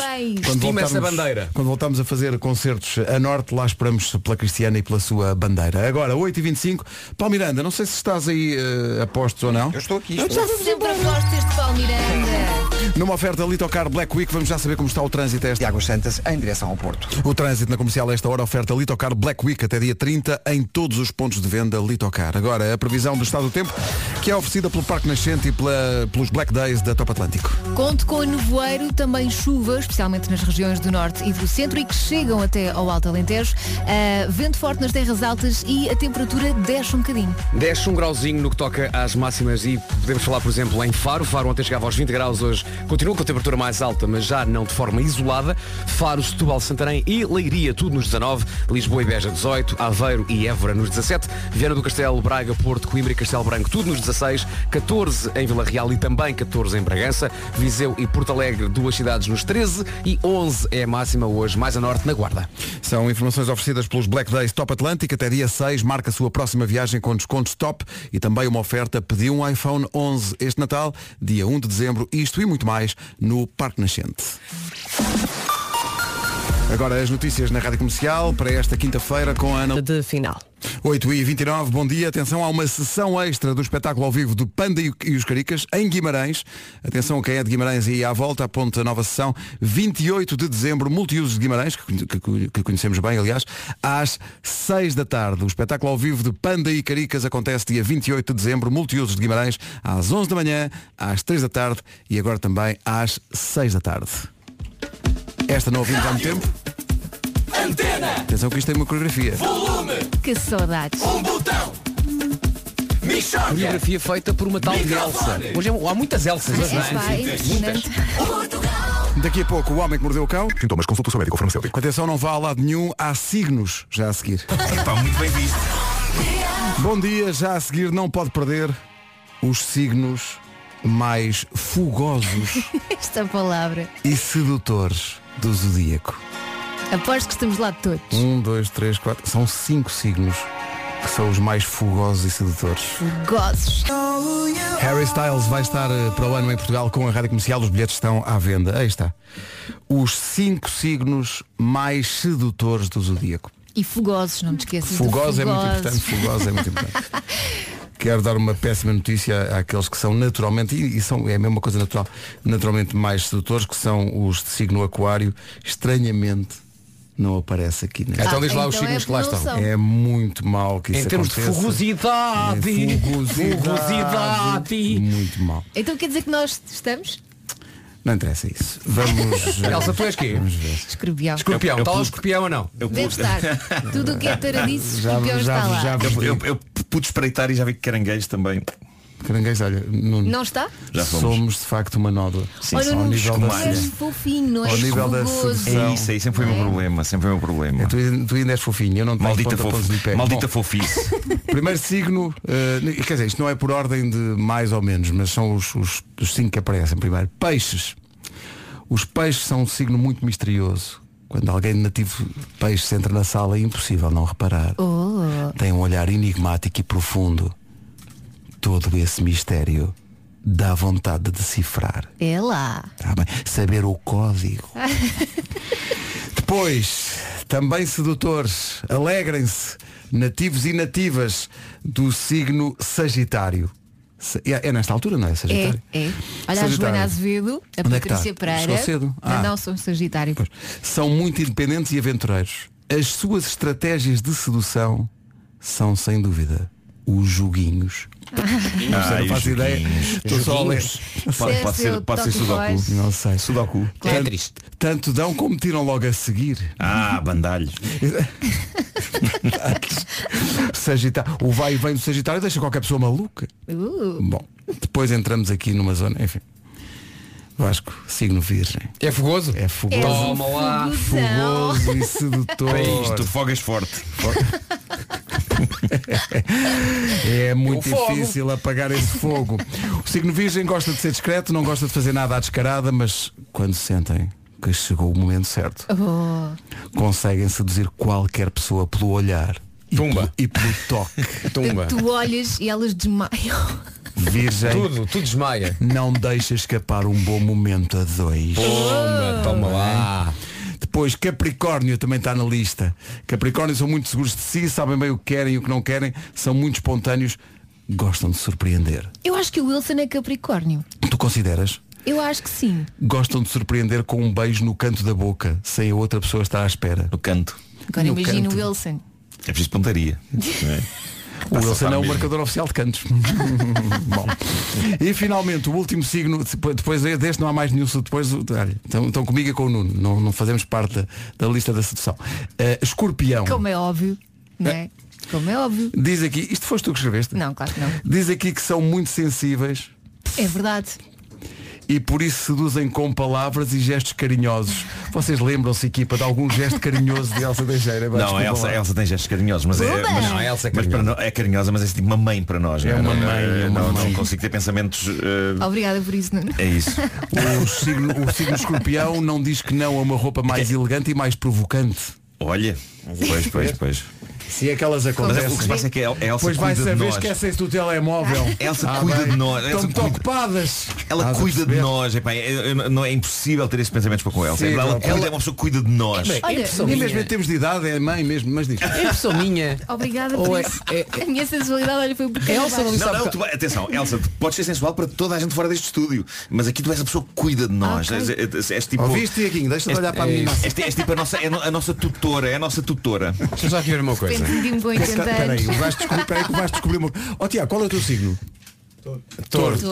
Estima essa bandeira.
Quando voltarmos a fazer concertos a norte, lá esperamos pela Cristiana e pela sua bandeira. Agora, 8h25, Paulo Miranda, não sei se estás aí eh, a postos ou não. Eu
estou aqui.
Eu sempre aposto este Paulo Miranda.
Numa oferta Litocar Black Week, vamos já saber como está o trânsito a esta...
de Águas Santas em direção ao Porto.
O trânsito na comercial a esta hora oferta Litocar Black Week até dia 30 em todos os pontos de venda Litocar. Agora, a previsão do estado do tempo, que é oferecida pelo Parque Nascente e pela- pelos Black Days da Top Atlântico.
Conto com o nevoeiro, também chuva, especialmente nas regiões do norte e do centro e que chegam até ao Alto Alentejo. Ah, vento forte nas terras altas e a temperatura desce um bocadinho.
Desce um grauzinho no que toca às máximas e podemos falar, por exemplo, em Faro. Faro ontem chegava aos 20 graus, hoje continua com a temperatura mais alta, mas já não de forma isolada. Faro, Setúbal, Santarém e Leiria, tudo nos 19. Lisboa e Beja, 18. Aveiro e Évora, nos 17. Viana do Castelo, Braga, Porto, Coimbra e Castelo Branco, tudo nos 16. 14 em Vila Real e também 14 em Bragança. Viseu e Porto Alegre, duas cidades nos 13. E 11 é a máxima hoje, mais a norte, na Guarda.
São informações oferecidas pelos Black Days Top Atlântico. Até dia 6 marca a sua próxima viagem com descontos top e também uma oferta pediu um iPhone 11 este Natal, dia 1 de dezembro. Isto e muito mais no Parque Nascente. Agora as notícias na Rádio Comercial para esta quinta-feira com a Ana.
De final.
8 e 29 bom dia. Atenção, há uma sessão extra do espetáculo ao vivo do Panda e e os Caricas em Guimarães. Atenção, quem é de Guimarães e à volta aponta a nova sessão. 28 de dezembro, multiusos de Guimarães, que, conhe- que conhe- que conhecemos bem, aliás, às 6 da tarde. O espetáculo ao vivo de Panda e Caricas acontece dia 28 de dezembro, multiusos de Guimarães, às 11 da manhã, às 3 da tarde e agora também às 6 da tarde. Esta não ouvimos há muito tempo.
Antena,
Atenção que isto tem uma coreografia.
volume,
Que saudades.
Oh,
um botão.
Coreografia feita por uma tal de Elsa. Hoje é- há muitas Elsas, hoje, não é?
Daqui a pouco, o homem que mordeu o cão. Sintomas, consulta o seu médico farmacêutico. Atenção, não vá a lado nenhum, há signos já a seguir.
Pá, muito bem visto.
Bom dia, já a seguir não pode perder os signos mais fugosos
Esta palavra.
e sedutores do zodíaco.
Aposto que estamos lá de todos.
Um, dois, três, quatro. São cinco signos que são os mais fugosos e sedutores.
Hum.
Gozes.
Harry Styles vai estar eh, para o ano em Portugal com a rádio comercial. Os bilhetes estão à venda. Aí está. Os cinco signos mais sedutores do zodíaco.
E fugosos, não te esqueças.
Fugosa
de
é muito importante, fugosa é muito importante. Quero dar uma péssima notícia àqueles que são naturalmente, e e são, é a mesma coisa natural, naturalmente mais sedutores, que são os de signo aquário, estranhamente não aparece aqui. Né?
Então Ah, diz lá os então signos é que lá porque não estão. são.
É muito mal que isso
Em termos de
aconteça.
fugosidade.
É fugosidade.
Fugosidade.
Muito mal.
Então quer dizer que nós estamos?
Não interessa isso. Vamos. eh,
Elsa, tu és quê?
Vamos ver.
Escorpião.
Escorpião, está lá o escorpião ou não?
Deve estar. Tudo o que é taradice,
Já-
escorpião
já-
está lá.
já-
Eu, eu, eu pude espreitar e já vi que caranguejo também.
Caranguejo, olha, Nuno,
Não está?
Já fomos.
somos de facto uma nódoa.
Olha,
ao
Nuno,
nível da
tu és fofinho, não és
Ao nível da
rugoso.
sedução.
É isso, é isso, sempre foi o meu problema, sempre foi o meu problema.
Tu, É, tu ainda és fofinho, eu não te
Maldita,
ponta,
fof...
ponta de pé.
Maldita
Bom,
fofice.
Primeiro signo, eh, quer dizer, isto não é por ordem de mais ou menos, mas são os, os, os cinco que aparecem primeiro. Peixes. Os peixes são um signo muito misterioso. Quando alguém de nativo de peixes entra na sala é impossível não reparar.
Oh.
Tem um olhar enigmático e profundo. Todo esse mistério dá vontade de decifrar.
É lá.
Tá bem? Saber o código. Depois, também sedutores, alegrem-se, nativos e nativas do signo Sagitário. Se- É, é nesta altura, não é? Sagitário.
É, é. Olha, a
Sagitário.
Joana Azevedo, a
Onde é que
Patrícia
está?
Pereira.
Estou cedo? Ah.
Não, não, são Sagitário.
São muito independentes e aventureiros. As suas estratégias de sedução são, sem dúvida, os joguinhos. Não sei, não faço ideia. Estou só a ler.
Pode- pode ser- pode ser Sudoku.
Não sei. Sudoku.
Claro.
Tanto dão como tiram logo a seguir. Ah, bandalhos. Sagitário. O vai e vem do Sagitário deixa qualquer pessoa maluca.
Uh.
Bom, depois entramos aqui numa zona, enfim. Vasco, signo virgem.
É fogoso?
É fogoso.
És um Toma lá. fogozão.
Fogoso e sedutor.
É isto,
fogas forte. é muito
É o fogo.
difícil apagar esse fogo. O signo virgem gosta de ser discreto, não gosta de fazer nada à descarada, mas quando sentem que chegou o momento certo,
Oh.
conseguem seduzir qualquer pessoa pelo olhar. Tumba. E pelo,
É
toque.
Tu olhas e elas desmaiam.
Virgem.
Tudo, tudo desmaia.
Não deixa escapar um bom momento a dois.
Toma, toma lá.
é? Depois, Capricórnio também está na lista. Capricórnio são muito seguros de si, sabem bem o que querem e o que não querem, são muito espontâneos, gostam de surpreender.
Eu acho que o Wilson é Capricórnio.
Tu consideras?
Eu acho que sim.
Gostam de surpreender com um beijo no canto da boca, sem a outra pessoa estar à espera. No canto.
Agora imagino o Wilson.
É preciso pontaria.
O
Passa
Wilson
para
é o
mim.
marcador oficial de cantos. Bom. E finalmente, o último signo, depois- depois deste não há mais nenhum, depois olha, estão, estão comigo e com o Nuno, não, não fazemos parte da, da lista da sedução. Eh, escorpião.
Como é óbvio, não é? Como é óbvio.
Diz aqui, isto foste tu que escreveste?
Não, claro que não.
Diz aqui que são muito sensíveis
É verdade.
e por isso seduzem com palavras e gestos carinhosos. Vocês lembram-se, equipa, de algum gesto carinhoso de Elsa Teixeira? Vai,
Não,
desculpa
a Elsa, é-
lá.
a Elsa tem gestos carinhosos, mas é,
Uba!
mas,
Não, a Elsa é
mas para
carinhosa.
nó- é carinhosa, mas é tipo uma mãe para nós.
É
não
uma
Não,
mãe, é uma
não,
mãe.
não consigo ter pensamentos. eh,
Obrigada por isso, Nuno.
é isso.
O signo, o signo escorpião não diz que não a uma roupa
É-
mais elegante e mais provocante.
Olha,
é
pois, pois, pois.
Se é que elas
Mas
acontecem.
é- o que se passa é que a Elsa
Pois
cuida
vai
de
saber,
nós. Ah, é.
esquecem-se do telemóvel.
Elsa
Ah,
cuida de nós. Elsa
Estão muito
cuida-
ocupadas.
Ela
Estás Ah, tá a
cuida de
perceber?
nós, epá, é, é- não- é impossível ter esses pensamentos para com ela.
Sim,
ela
claro.
cuida, é uma pessoa que cuida de nós.
Bem, é pessoa e mesmo em termos de idade é mãe mesmo, mas diz.
É
pessoa
minha.
Obrigada
Ou
por
é-
isso. A minha sensualidade olha, foi um bocadinho abaixo.
não, não, tu, vai- atenção, Elsa, tu podes ser sensual para toda a gente fora deste estúdio, mas aqui tu és a pessoa que cuida de nós.
Ah,
És,
ok.
és- és tipo,
Ouviste, Tiaguinho? Deixa de
és-
olhar para a
é
menina.
isso. És, és tipo a nossa, é no- a nossa tutora, é a nossa tutora.
Deixa só aqui ver uma
coisa. Depende de um bom
Espera
encantamento.
aí, o vais descobrir, espera aí que o vais descobrir uma Ó Tiago, qual é o teu signo?
Touro.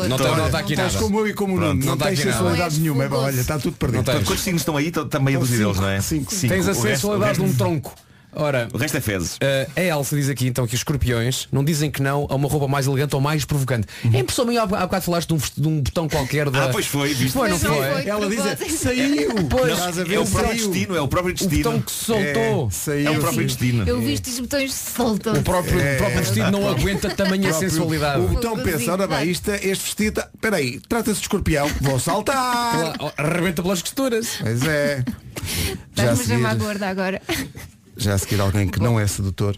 Não tem- não está aqui
Estás
nada.
como eu e como o
Pronto,
Nuno,
não
não,
está
tens
aqui nada.
sensualidade
Não és
nenhuma, é,
fogoso.
olha, está tudo perdido.
Portanto, quantos signos estão aí? Está está meia dúzia deles, não é? Cinco.
Tens a
O resto-
sensualidade
o
de um
resto-
tronco. Ora, eh,
O resto é fezes.
a Elsa diz aqui então que os escorpiões não dizem que não a uma roupa mais elegante ou mais provocante. Em pessoa minha, há bo- há bocado falaste de um, vest- de um botão qualquer da.
Uhum. Ah, pois foi, viste?
Foi, não
Pois
foi?
é, foi, de
Ela diz, é,
propósito.
saiu.
Pois,
Não,
estás a ver,
é o próprio
saiu.
destino, é o próprio destino.
botão que soltou.
É, saiu. É o próprio destino.
Eu vi estes botões
é,
soltam.
O próprio, o próprio vestido não aguenta tamanha
Próprio-
sensualidade.
O botão pensa, ora bem, isto, este vestido. tá- Espera aí, trata-se de escorpião, vou saltar.
Arrebenta pelas costuras.
Pois é. Já a
Estás-me a chamar
seguir,
gorda agora.
já a seguir alguém que não é sedutor,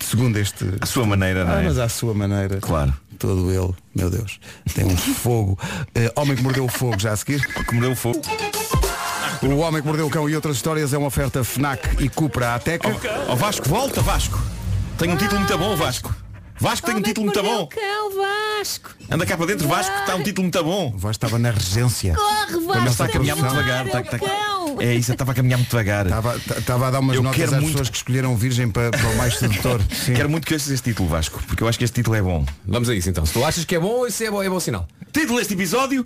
segundo este.
A sua maneira, não
Ah,
é?
mas à sua maneira. Claro. Todo ele, meu Deus, tem um fogo. Eh, homem que mordeu o fogo, já a seguir.
Que mordeu o fogo.
O Homem que Mordeu o Cão e outras histórias é uma oferta FNAC e Cupra Ateca.
Ó Vasco, volta Vasco. Tem um título muito bom, Vasco. Vasco tem um título muito bom.
Cão Vasco.
Anda cá para dentro, Vasco, está um título muito bom.
Vasco estava na regência.
Corre, Vasco,
Mas está a caminhar muito
corre,
devagar.
é
Está,
o
está-
cão.
É isso, eu estava a caminhar muito devagar.
Estava, estava a dar umas
Eu
notas às
quero muito-
pessoas que escolheram o Virgem para, para o mais sedutor. Sim.
Quero muito que ouças este título, Vasco, porque eu acho que este título é bom.
Vamos a isso então. Se tu achas que é bom, isso é bom, é bom sinal.
Título deste episódio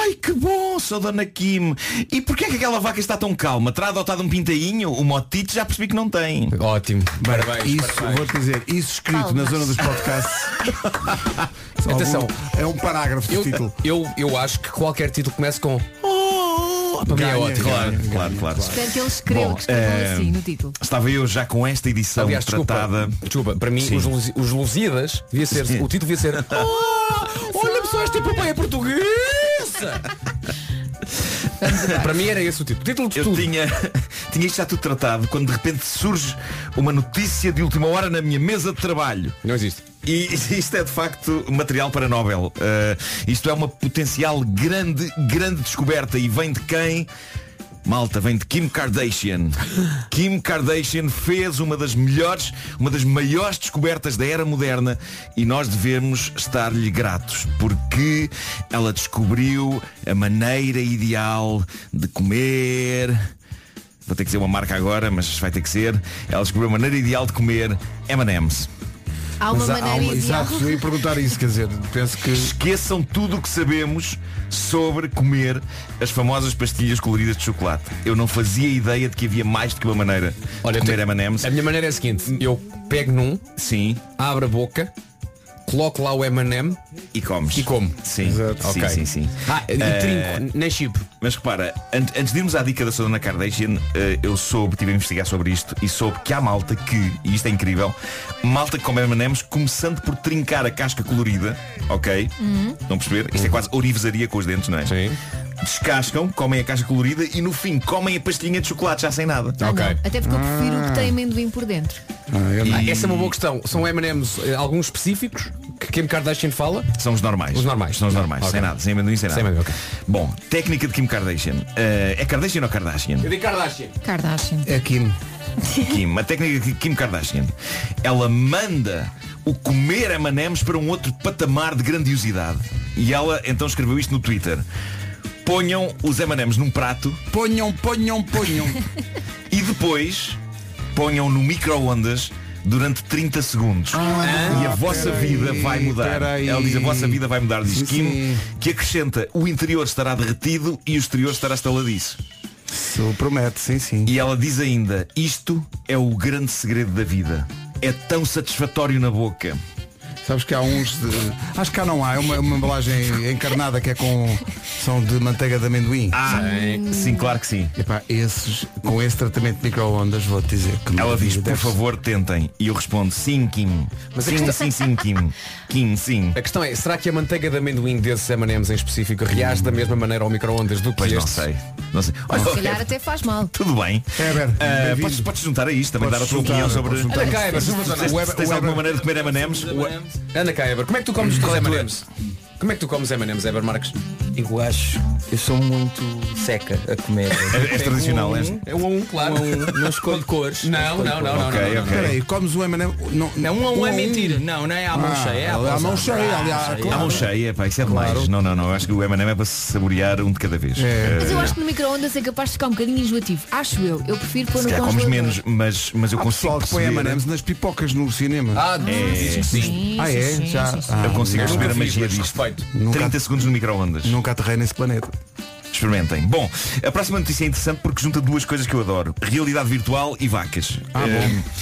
Ai que bom, sou Dona Kim E porquê é que aquela vaca está tão calma? Terá adotado um pintainho, um motite? Já percebi que não tem
Ótimo,
parabéns,
Isso, vou-te dizer, isso escrito na
Palmas.
zona dos podcasts.
Atenção.
Algum- é um parágrafo de
Eu,
título.
eu, eu acho que qualquer título começa com.
Oh.
Para mim é
Ganha,
ótimo.
claro, claro, claro.
Portanto, ele escreveu
Bom,
que escreveu
eh,
assim no título.
Estava eu já com esta edição
Aliás, desculpa,
tratada
desculpa, para mim
Sim.
os, Lusi- os Lusíadas devia ser, o título devia ser "Oh, Olha pessoal, esta epopeia é portuguesa! para mim era esse o título. Título de
Eu tinha, tinha isto já tudo tratado quando de repente surge uma notícia de última hora na minha mesa de trabalho.
Não existe.
E isto é de facto material para Nobel. Eh, Uh, isto é uma potencial grande, grande descoberta e vem de quem? Malta, vem de Kim Kardashian. Kim Kardashian fez uma das melhores, uma das maiores descobertas da era moderna e nós devemos estar-lhe gratos porque ela descobriu a maneira ideal de comer, Vou ter que dizer uma marca agora, mas vai ter que ser. Ela descobriu a maneira ideal de comer M&M's.
Há uma maneira ideal.
eu ia perguntar isso, quer dizer, penso que... Esqueçam tudo o que sabemos sobre comer as famosas pastilhas coloridas de chocolate. Eu não fazia ideia de que havia mais do que uma maneira de comer M&M's.
A minha maneira é a seguinte, eu pego num,
sim.
abro a boca, coloco lá o M&M
e comes.
E como.
Sim, sim,
Ok.
sim, sim.
Ah, e
Eh,
trinco,
na chip. Mas repara, an- antes de irmos à dica da Sra. Dona Kardashian, eh, eu soube, tive a investigar sobre isto e soube que há malta que, e isto é incrível, malta que come M&M's começando por trincar a casca colorida, ok?
Uhum.
Estão a perceber? Isto é quase ourivesaria com os dentes, não é? Sim. Descascam, comem a casca colorida e no fim comem a pastilhinha de chocolate já sem nada.
Tá
Ok. Até porque eu prefiro o que tem amendoim por dentro.
Ah, Essa é uma boa questão. São M&M's eh, alguns específicos que Kim Kardashian fala?
São os normais.
Os normais.
São os normais,
Ok.
sem nada, sem amendoim, sem nada.
Sem amendoim, ok.
Bom, técnica de Kim Kardashian. Eh, é Kardashian ou Kardashian?
Eu digo Kardashian.
Kardashian.
É Kim. Kim, a técnica de Kim Kardashian. Ela manda o comer M&M's para um outro patamar de grandiosidade. E ela então escreveu isto no Twitter. Ponham os M&M's num prato. Ponham, ponham, ponham. e depois ponham no micro-ondas durante 30 segundos. e a vossa vida vai mudar. Ela diz a vossa vida vai mudar, diz Kim, que acrescenta o interior estará derretido e o exterior estará estaladiço.
Isso promete, sim, sim.
E ela diz ainda, isto é o grande segredo da vida. É tão satisfatório na boca.
Sabes que há uns de... Acho que cá não há, é uma, uma embalagem encarnada que é com. São de manteiga de amendoim.
Ah, sim, claro que sim.
Epá, esses, com esse tratamento de micro-ondas vou-te dizer que
Ela diz, por
deve ser.
favor, tentem. E eu respondo, sim, Kim.
Mas a
sim,
questão-
sim, sim, Kim. Kim, sim.
A questão é, será que a manteiga de amendoim desses M&M's em específico reage da mesma maneira ao micro-ondas do que
Pois não
estes?
sei. Não sei. Olha,
Se calhar até faz mal.
Tudo bem. Ah,
É, bem-vindo.
podes, podes juntar a isto, também
Podes
dar a tua
juntar,
opinião sobre.
podes juntar. Anda cá, Eber,
Se- se-
vamos
se-
lá.
se- se-
O
se-
Eber-
se- tens
o
alguma
Eber-
maneira de comer M&M's?
Anda cá, Eber, como é que tu comes os M&M's? Como é que tu comes M&M's, Eber Marques?
Eu acho, eu sou muito seca a comer.
É- é tradicional,
um a
és?
um.
É um a um, claro.
Um a um. Não escolho cores.
Não,
escolho
não,
cores.
não, não, Ok, não, não, ok. não.
Peraí, comes um M&M... Não,
Não, um a um é mentira. Não, não é à mão
Ah,
cheia. É à
à mão
mão
cheia, aliás,
cheia.
À mão cheia, pá, isso é demais. Não, não, não. Eu acho que o M&M é para se saborear um de cada vez.
É.
Mas eu
Ah,
acho que no micro-ondas é capaz de ficar um bocadinho enjoativo. Acho eu. Eu prefiro pôr
Se
no
calhar comes
congelador.
menos, mas, mas eu consigo
Pessoal que põe
perceber.
M&M's nas pipocas no cinema.
Ah,
É.
dizem que sim. Ah, é? Sim, Já? sim, sim. Ah,
eu consigo
não.
perceber a
Nunca fiz,
magia
mas
disto. 30 segundos no micro-ondas.
Nunca aterrei nesse planeta.
Experimentem. Bom, a próxima notícia é interessante porque junta duas coisas que eu adoro. Realidade virtual e vacas.
Ah,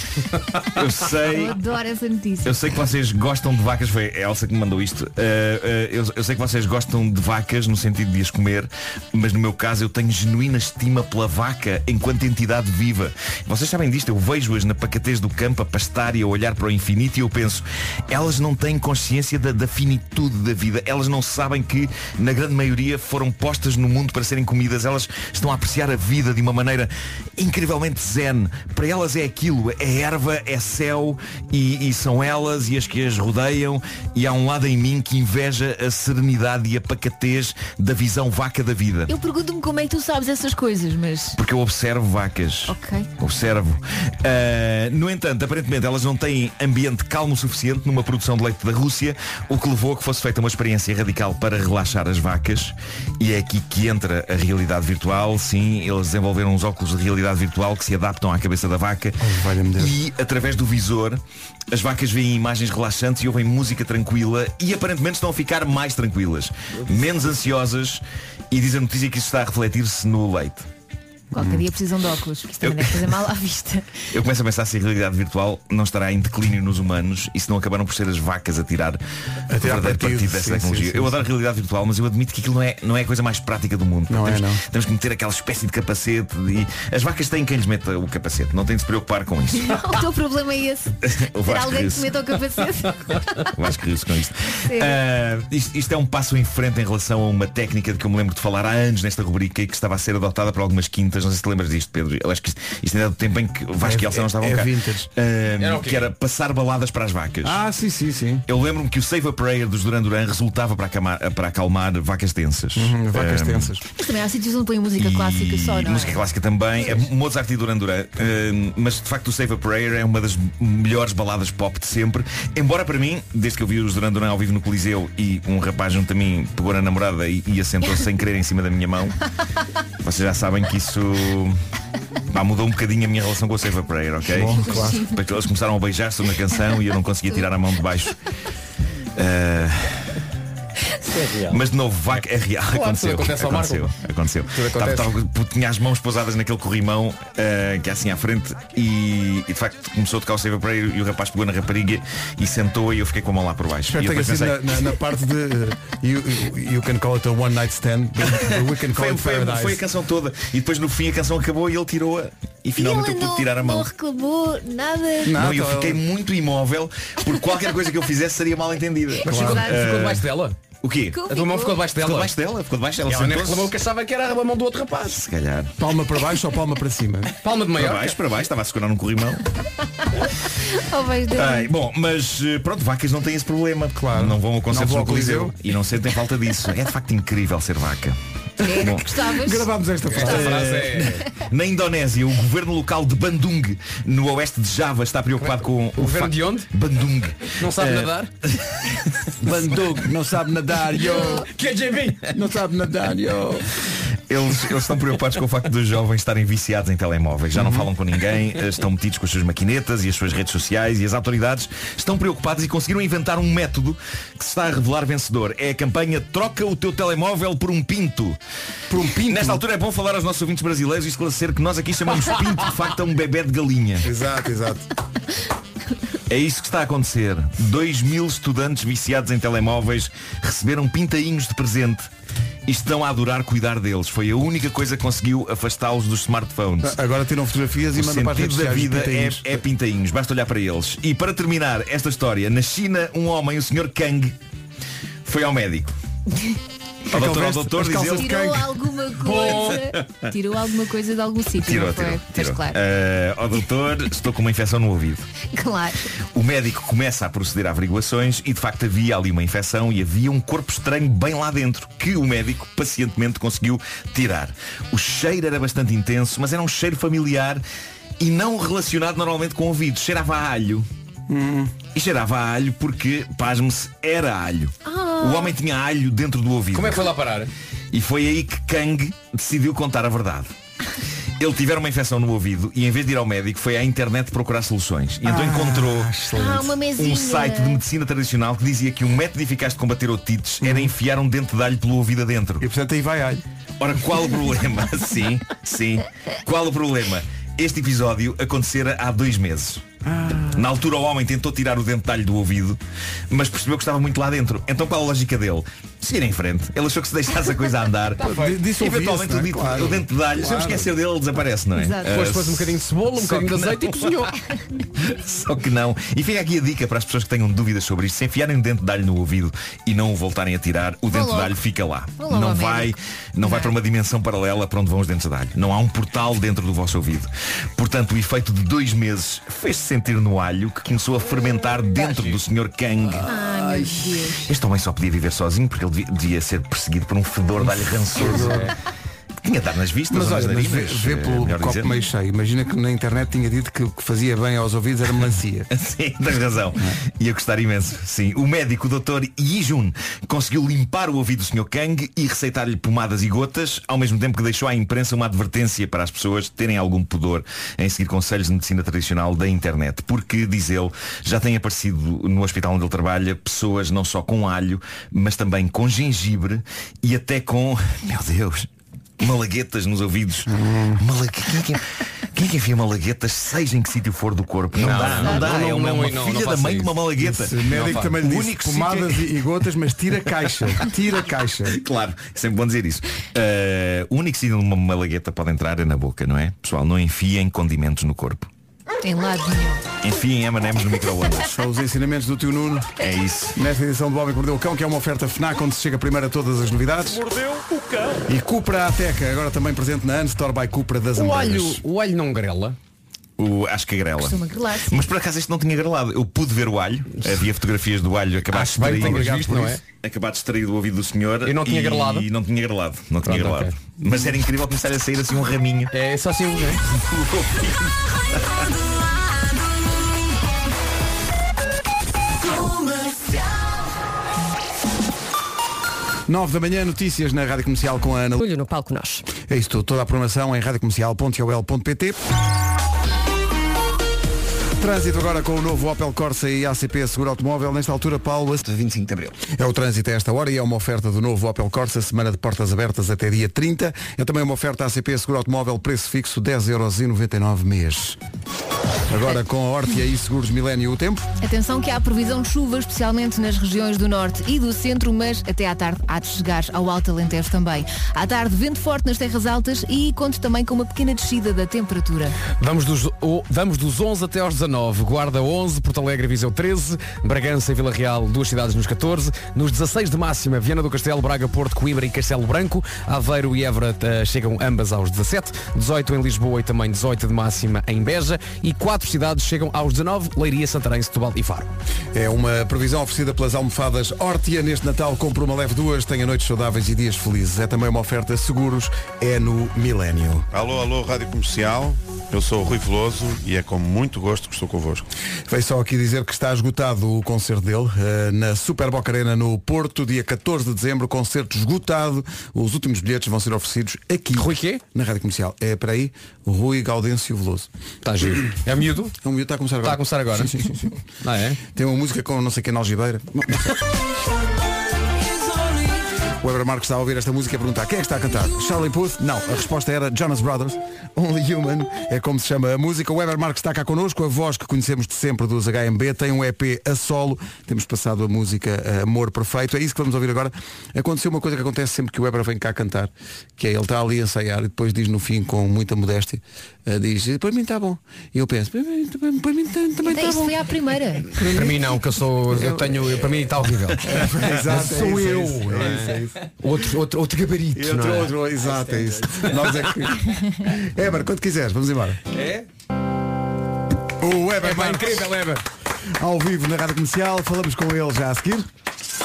bom. Eu sei...
Eu adoro essa notícia.
Eu sei que vocês gostam de vacas, foi a Elsa que me mandou isto. Uh, uh, eu, eu sei que vocês gostam de vacas no sentido de as comer, mas no meu caso eu tenho genuína estima pela vaca enquanto entidade viva. Vocês sabem disto, eu vejo-as na pacatez do campo a pastar e a olhar para o infinito e eu penso, elas não têm consciência da, da finitude da vida, elas não sabem que, na grande maioria, foram postas no mundo para serem comidas, elas estão a apreciar a vida de uma maneira incrivelmente zen. Para elas é aquilo, é erva, é céu e, e são elas e as que as rodeiam e há um lado em mim que inveja a serenidade e a pacatez da visão vaca da vida.
Eu pergunto-me como é que tu sabes essas coisas, mas.
Porque eu observo vacas.
Ok.
Observo. Ah, no entanto, aparentemente elas não têm ambiente calmo o suficiente numa produção de leite da Rússia, o que levou a que fosse feita uma experiência radical para relaxar as vacas. E é aqui que entra a realidade virtual. Sim, eles desenvolveram uns óculos de realidade virtual que se adaptam à cabeça da vaca. E através do visor, as vacas veem imagens relaxantes e ouvem música tranquila e aparentemente estão a ficar mais tranquilas, menos ansiosas e diz a notícia que isso está a refletir-se no leite. Hum.
Qualquer dia precisam de óculos, porque isto também deve fazer mal à vista.
Eu começo a pensar se a realidade virtual não estará em declínio nos humanos e se não acabaram por ser as vacas a tirar, a
tirar
verdadeiro
partido,
partido, dessa
sim,
tecnologia.
sim, sim,
eu adoro a realidade virtual, mas eu admito que aquilo não é, não é a coisa mais prática do mundo.
Não é,
temos,
não.
temos que meter aquela espécie de capacete e as vacas têm quem lhes meta o capacete, não têm de se preocupar com isso.
o teu problema é esse.
O
Ter
Vasco
alguém que
riu-se.
te meta o capacete.
Eu acho que riu-se com isto.
Sim.
Ah, isto. Isto é um passo em frente em relação a uma técnica de que eu me lembro de falar há anos nesta rubrica e que estava a ser adotada por algumas quintas Não sei se te lembras disto, Pedro. Eu acho que isto, isto ainda é do tempo em que o Vasco
É-
e Elsa não estavam
é
cá.
vintage.
Ahm,
Era o quê?
que era passar baladas para as vacas.
Ah, sim, sim, sim.
Eu lembro-me que o Save a Prayer dos Duran Duran resultava para acalmar, para acalmar vacas tensas.
Uhum, vacas
Ahm,
Ehm,
tensas.
Mas também há sítios onde põe música clássica só,
e
não
música
é?
clássica também, é Mozart e Duran Duran, Ahm, mas de facto o Save a Prayer é uma das melhores baladas pop de sempre, embora para mim, desde que eu vi os Duran Duran ao vivo no Coliseu e um rapaz junto a mim pegou na namorada e, e assentou-se sem querer em cima da minha mão, vocês já sabem que isso pá, mudou um bocadinho a minha relação com o Save a Prayer, ok?
Bom, claro. Sim.
Porque eles começaram a beijar-se na canção e eu não conseguia tirar a mão de baixo. Ah, mas de novo, vaca é real.
Claro,
aconteceu.
tudo acontece ao Marco.
aconteceu. aconteceu.
acontece.
Tava- tava- tinha as mãos pousadas naquele corrimão eh, que é assim à frente e, e de facto começou a tocar o Save a Prayer e o rapaz pegou na rapariga e sentou e eu fiquei com a mão lá por baixo.
Espero
e
que
eu
tenha
depois
sido na,
pensei-
na- na parte de uh, you, you- you can call it a one night stand, but we can call
Foi,
it
foi,
paradise.
foi a canção toda e depois no fim a canção acabou e ele tirou-a e finalmente eu pude tirar a mão.
reclamou nada.
Não, eu fiquei muito imóvel porque qualquer coisa que eu fizesse seria mal entendida.
Mas ficou-
Claro.
ficou
Eh,
debaixo dela?
O quê?
Ficou, A tua mão ficou. ficou debaixo dela?
Ficou debaixo dela, ficou debaixo dela.
Ela nem
sentou-se.
reclamou que achava que era a mão do outro rapaz.
Se calhar.
Palma para baixo ou palma para cima?
Palma de
Para
maior.
baixo, para baixo, estava a segurar num corrimão.
Oh, vais dar.
Ai, bom, mas eh, pronto, vacas não têm esse problema. Claro. Não vão a concertos
vão
no
ao Coliseu.
Coliseu e não sentem falta disso. É de facto incrível ser vaca. Bom,
Gostavas?
Gravámos Ah, esta
Esta
frase.
frase é.
na Indonésia, o governo local de Bandung, no oeste de Java, está preocupado com o,
O governo
facto-
de onde?
Bandung.
Não sabe
Eh,
nadar?
Bandugo, não sabe nadar, yo. é,
KJB!
Não sabe nadar, yo.
Eles, eles estão preocupados com o facto dos jovens estarem viciados em telemóveis. Já não falam com ninguém, eh, estão metidos com as suas maquinetas e as suas redes sociais e as autoridades estão preocupadas e conseguiram inventar um método que se está a revelar vencedor. É a campanha Troca o teu telemóvel por um pinto. Por um pinto? Nesta altura é bom falar aos nossos ouvintes brasileiros e esclarecer que nós aqui chamamos pinto de facto a um bebê de galinha.
Exato, exato.
É isso que está a acontecer. 2 mil estudantes viciados em telemóveis receberam pintainhos de presente e estão a adorar cuidar deles. Foi a única coisa que conseguiu afastá-los dos smartphones.
Agora tiram fotografias Ah, e
O
mandam para as redes
sentido da
sociais
vida é,
e pintainhos.
é pintainhos, basta olhar para eles. E para terminar esta história, na China, um homem, o senhor Kang, foi ao médico. Ao
que ele
doutor, ao doutor,
veste? As
diz
calças
ele,
Tirou alguma coisa. Tirou alguma coisa de algum sítio,
Tirou,
não foi?
tirou,
Mas
tirou.
claro,
Eh, Ó doutor, estou com uma infecção no ouvido.
claro.
O médico começa a proceder a averiguações e de facto havia ali uma infecção e havia um corpo estranho bem lá dentro que o médico pacientemente conseguiu tirar. O cheiro era bastante intenso, mas era um cheiro familiar e não relacionado normalmente com ouvidos. Cheirava a alho.
Hum.
E cheirava a alho porque, pasme-se, era alho. O homem tinha alho dentro do ouvido.
Como é que foi lá parar?
E foi aí que Kang decidiu contar a verdade. Ele tiver uma infecção no ouvido e em vez de ir ao médico foi à internet procurar soluções. E então encontrou
Ah, uma mesinha.
um site de medicina tradicional que dizia que um método eficaz de combater otites era enfiar um dente de alho pelo ouvido adentro.
E portanto aí vai alho.
Ora, qual o problema? sim, sim. Qual o problema? Este episódio acontecera há dois meses. Na altura o homem tentou tirar o dentalho do ouvido, mas percebeu que estava muito lá dentro. Então qual a lógica dele? Seguir em frente. Ele achou que se deixasse a coisa a andar.
D- disso
Eventualmente
ouvia-se,
o,
não é?
dito,
Claro.
o dente de alho, se eu me esquecer dele, ele desaparece, não é?
Exato.
Ah,
Depois pôs um bocadinho de cebola, um bocadinho de azeite e cozinhou.
Só que não. E fica aqui a dica para as pessoas que tenham dúvidas sobre isto. Se enfiarem o dente de alho no ouvido e não o voltarem a tirar, o dente de
logo.
alho fica lá.
Vá logo
não
ao
vai,
médico.
não vai
Não.
para uma dimensão paralela para onde vão os dentes de alho. Não há um portal dentro do vosso ouvido. Portanto, o efeito de dois meses fez-se sentir no alho que começou a fermentar dentro do Sr. Kang.
Hum, Ai, meu Deus.
Este homem só podia viver sozinho porque ele devia, devia ser perseguido por um fedor de alho rançoso. Que Tinha de dar nas vistas,
Mas
ou nas
olha, mas vê,
narinas,
vê
eh,
pelo
melhor
copo
dizendo.
meio cheio. Imagina que na internet tinha dito que o que fazia bem aos ouvidos era melancia.
Sim, tens razão. Ia gostar imenso. Sim. O médico, o doutor Yijun, conseguiu limpar o ouvido do Sr. Kang e receitar-lhe pomadas e gotas, ao mesmo tempo que deixou à imprensa uma advertência para as pessoas terem algum pudor em seguir conselhos de medicina tradicional da internet. Porque, diz ele, já tem aparecido no hospital onde ele trabalha pessoas não só com alho, mas também com gengibre e até com. Meu Deus! Malaguetas nos ouvidos. Malague... Quem, é que... Quem é que enfia malaguetas, seja em que sítio for do corpo? Não, dá, não dá.
não,
é
não,
uma,
não,
uma
não,
filha
não
da
faça
mãe de uma
isso.
malagueta.
O médico
Não,
também
o
lhe disse
único
pomadas
sítio...
e e gotas, mas tira a caixa. Tira a caixa.
Claro, sempre bom dizer isso. Eh, Uh, o único sítio onde uma malagueta pode entrar é na boca, não é? Pessoal, não enfiem condimentos no corpo.
Em lado nenhum.
Enfim, M&M's no microondas.
São os ensinamentos do tio Nuno.
É isso.
Nesta edição do Homem que Mordeu o Cão, que é uma oferta FNAC, onde se chega primeiro a todas as novidades.
Mordeu o cão.
E Cupra Ateca, agora também presente na Unstore by Cupra das
O
Amoreiras.
alho, o alho não grela.
O, acho que grela.
Costuma grelar.
Mas por acaso este não tinha grelado. Eu pude ver o alho. Havia fotografias do alho acabado
Acho bem que tenhas
extraído-
visto, não é?
Acabado de extrair do ouvido do senhor.
E não tinha
e,
grelado?
E não tinha grelado. Não tinha
Pronto,
grelado.
ok.
Mas era incrível começar a sair assim um raminho.
É só assim. né?
Nove da manhã, notícias na Rádio Comercial com a Ana Lu-
Olho no palco nós.
É isso tudo. Toda a programação em radiocomercial.ol.pt Trânsito agora com o novo Opel Corsa e ACP Seguro Automóvel. Nesta altura, Paulo...
25 de Abril.
É o trânsito a esta hora e é uma oferta do novo Opel Corsa, semana de portas abertas até dia 30. É também uma oferta ACP Seguro Automóvel, preço fixo 10,99€ mês. Agora com a Hortia e Seguros Milênio o tempo.
Atenção que há previsão de chuva, especialmente nas regiões do norte e do centro, mas até à tarde há de chegar ao Alto Alentejo também. À tarde, vento forte nas terras altas e conto também com uma pequena descida da temperatura.
Vamos dos, o- vamos dos 11 até aos 19. Guarda 11, Porto Alegre e Viseu 13, Bragança e Vila Real, duas cidades nos 14. Nos 16 de máxima, Viana do Castelo, Braga, Porto, Coimbra e Castelo Branco. Aveiro e Évora eh, chegam ambas aos 17. 18 em Lisboa e também 18 de máxima em Beja. E quatro cidades chegam aos 19, Leiria, Santarém, Setúbal e Faro.
É uma previsão oferecida pelas almofadas Hortia. Neste Natal, compra uma leve duas, tenha noites saudáveis e dias felizes. É também uma oferta Seguros, é no Milênio.
Alô, alô, Rádio Comercial. Eu sou o Rui Veloso e é com muito gosto que estou convosco.
Veio só aqui dizer que está esgotado o concerto dele eh, na Super Boca Arena no Porto, dia 14 de dezembro, concerto esgotado. Os últimos bilhetes vão ser oferecidos aqui. Rui quê? Na Rádio Comercial. É para aí, Rui Gaudêncio Veloso.
Está giro. É miúdo?
É um miúdo, está a começar agora.
Está a começar agora?
Sim, sim, sim. sim.
Ah, é?
Tem uma música com não sei quem na Algibeira. O Eber Marcos está a ouvir esta música e a perguntar quem é que está a cantar? Charlie Puth? Não, a resposta era Jonas Brothers, Only Human, é como se chama a música. O Eber Marcos está cá connosco, a voz que conhecemos de sempre dos HMB, tem um EP a solo, temos passado a música eh, Amor Perfeito, é isso que vamos ouvir agora. Aconteceu uma coisa que acontece sempre que o Eber vem cá cantar, que é ele está ali a ensaiar e depois diz no fim com muita modéstia, eh, diz, para mim está bom. E eu penso, para mim, para mim, para mim tam- também
Até isto
está Então bom.
foi à primeira.
Para mim não, que eu sou. Eu tenho. eu- para mim está horrível.
Exato, é
sou
isso, é
eu.
isso, é
não
isso, é isso.
Outro, outro, outro gabarito.
Outro,
não é?
outro, exato, é isso. Nós é que. Eber, quando quiseres, vamos embora.
É?
O
É
Eber
pá,
vai
incrível, Eber.
Ao vivo na Rádio Comercial, falamos com ele já a seguir.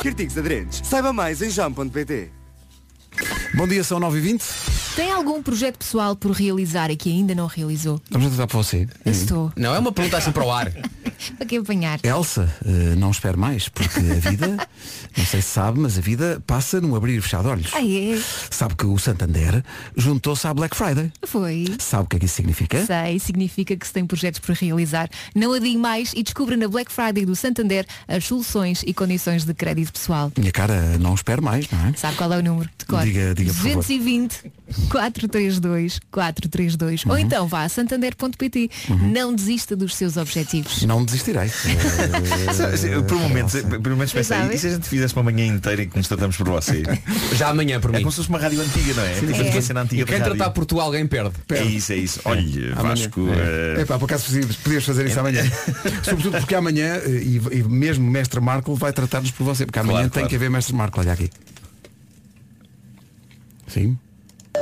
Artigos aderentes. Saiba mais em jam.pt.
Bom dia, são 9h20.
Tem algum projeto pessoal por realizar e que ainda não realizou?
Vamos tentar para você.
Estou.
Não, é uma pergunta assim para o ar.
Para que apanhar?
Elsa, eh, não espere mais, porque a vida, não sei se sabe, mas a vida passa num abrir e fechar de olhos.
Ai, é.
Sabe que o Santander juntou-se à Black Friday.
Foi.
Sabe o que é que isso significa?
Sei, significa que se tem projetos por realizar. Não adie mais e descubra na Black Friday do Santander as soluções e condições de crédito pessoal.
Minha cara, não espere mais, não é?
Sabe qual é o número? De cor.
Diga- diga, por favor.
220 432 432. Ou então vá a santander.pt. Não desista dos seus objetivos.
Não desistirei.
Eu, Por um momento, por um momento pensei,
Sabe?
e se a gente fizesse uma manhã inteira em que nos tratamos por vocês?
Já amanhã por mim.
É como se fosse uma rádio antiga, não é?
Sim,
Tipo,
é.
uma cena antiga
E quem
da rádio.
tratar por tu, alguém perde.
É isso, é isso. Olha,
Amanhã.
Vasco.
É,
eh,
pá, por acaso podíamos, podíamos fazer
É.
isso amanhã. Sobretudo porque amanhã, eh, e, e mesmo o Mestre Marco vai tratar-nos por você, porque amanhã
Claro,
tem
claro.
que haver Mestre Marco, olha aqui. Sim.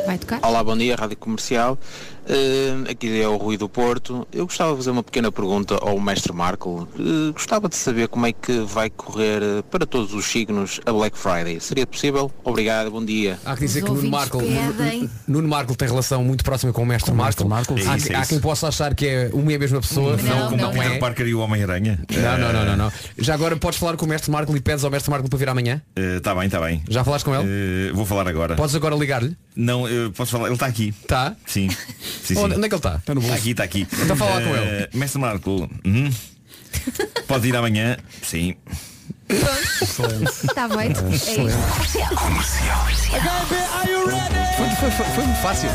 Vai tocar?
Olá, bom dia, Rádio Comercial. Eh, aqui é o Rui do Porto. Eu gostava de fazer uma pequena pergunta ao Mestre Marco. Eh, gostava de saber como é que vai correr eh, para todos os signos a Black Friday. Seria possível? Obrigado, bom dia.
Há que
Os
dizer que Nuno
ouvintes
Marco,
pedem.
Nuno- Nuno Marco tem relação muito próxima com o mestre Marco.
É
há,
isso, é
há
isso.
quem possa achar que é uma e a mesma pessoa.
Não, é. como o Peter Parker e o Homem-Aranha.
é? Não, não, não, não, não. Já agora podes falar com o mestre Marco e pedes ao mestre Marco para vir amanhã?
Está Eh, tá bem, está bem.
Já falaste com ele?
Eh, vou falar agora.
Podes agora ligar-lhe?
Não, eu posso falar. Ele está aqui.
Está?
Sim. Sim, sim.
Onde- onde é que ele está? Está no bolso.
aqui, está aqui.
Então fala lá com
Eh, Mestre Marco, hum? pode ir amanhã? Sim.
Está bem? É isto.
Foi, foi, foi, foi muito fácil.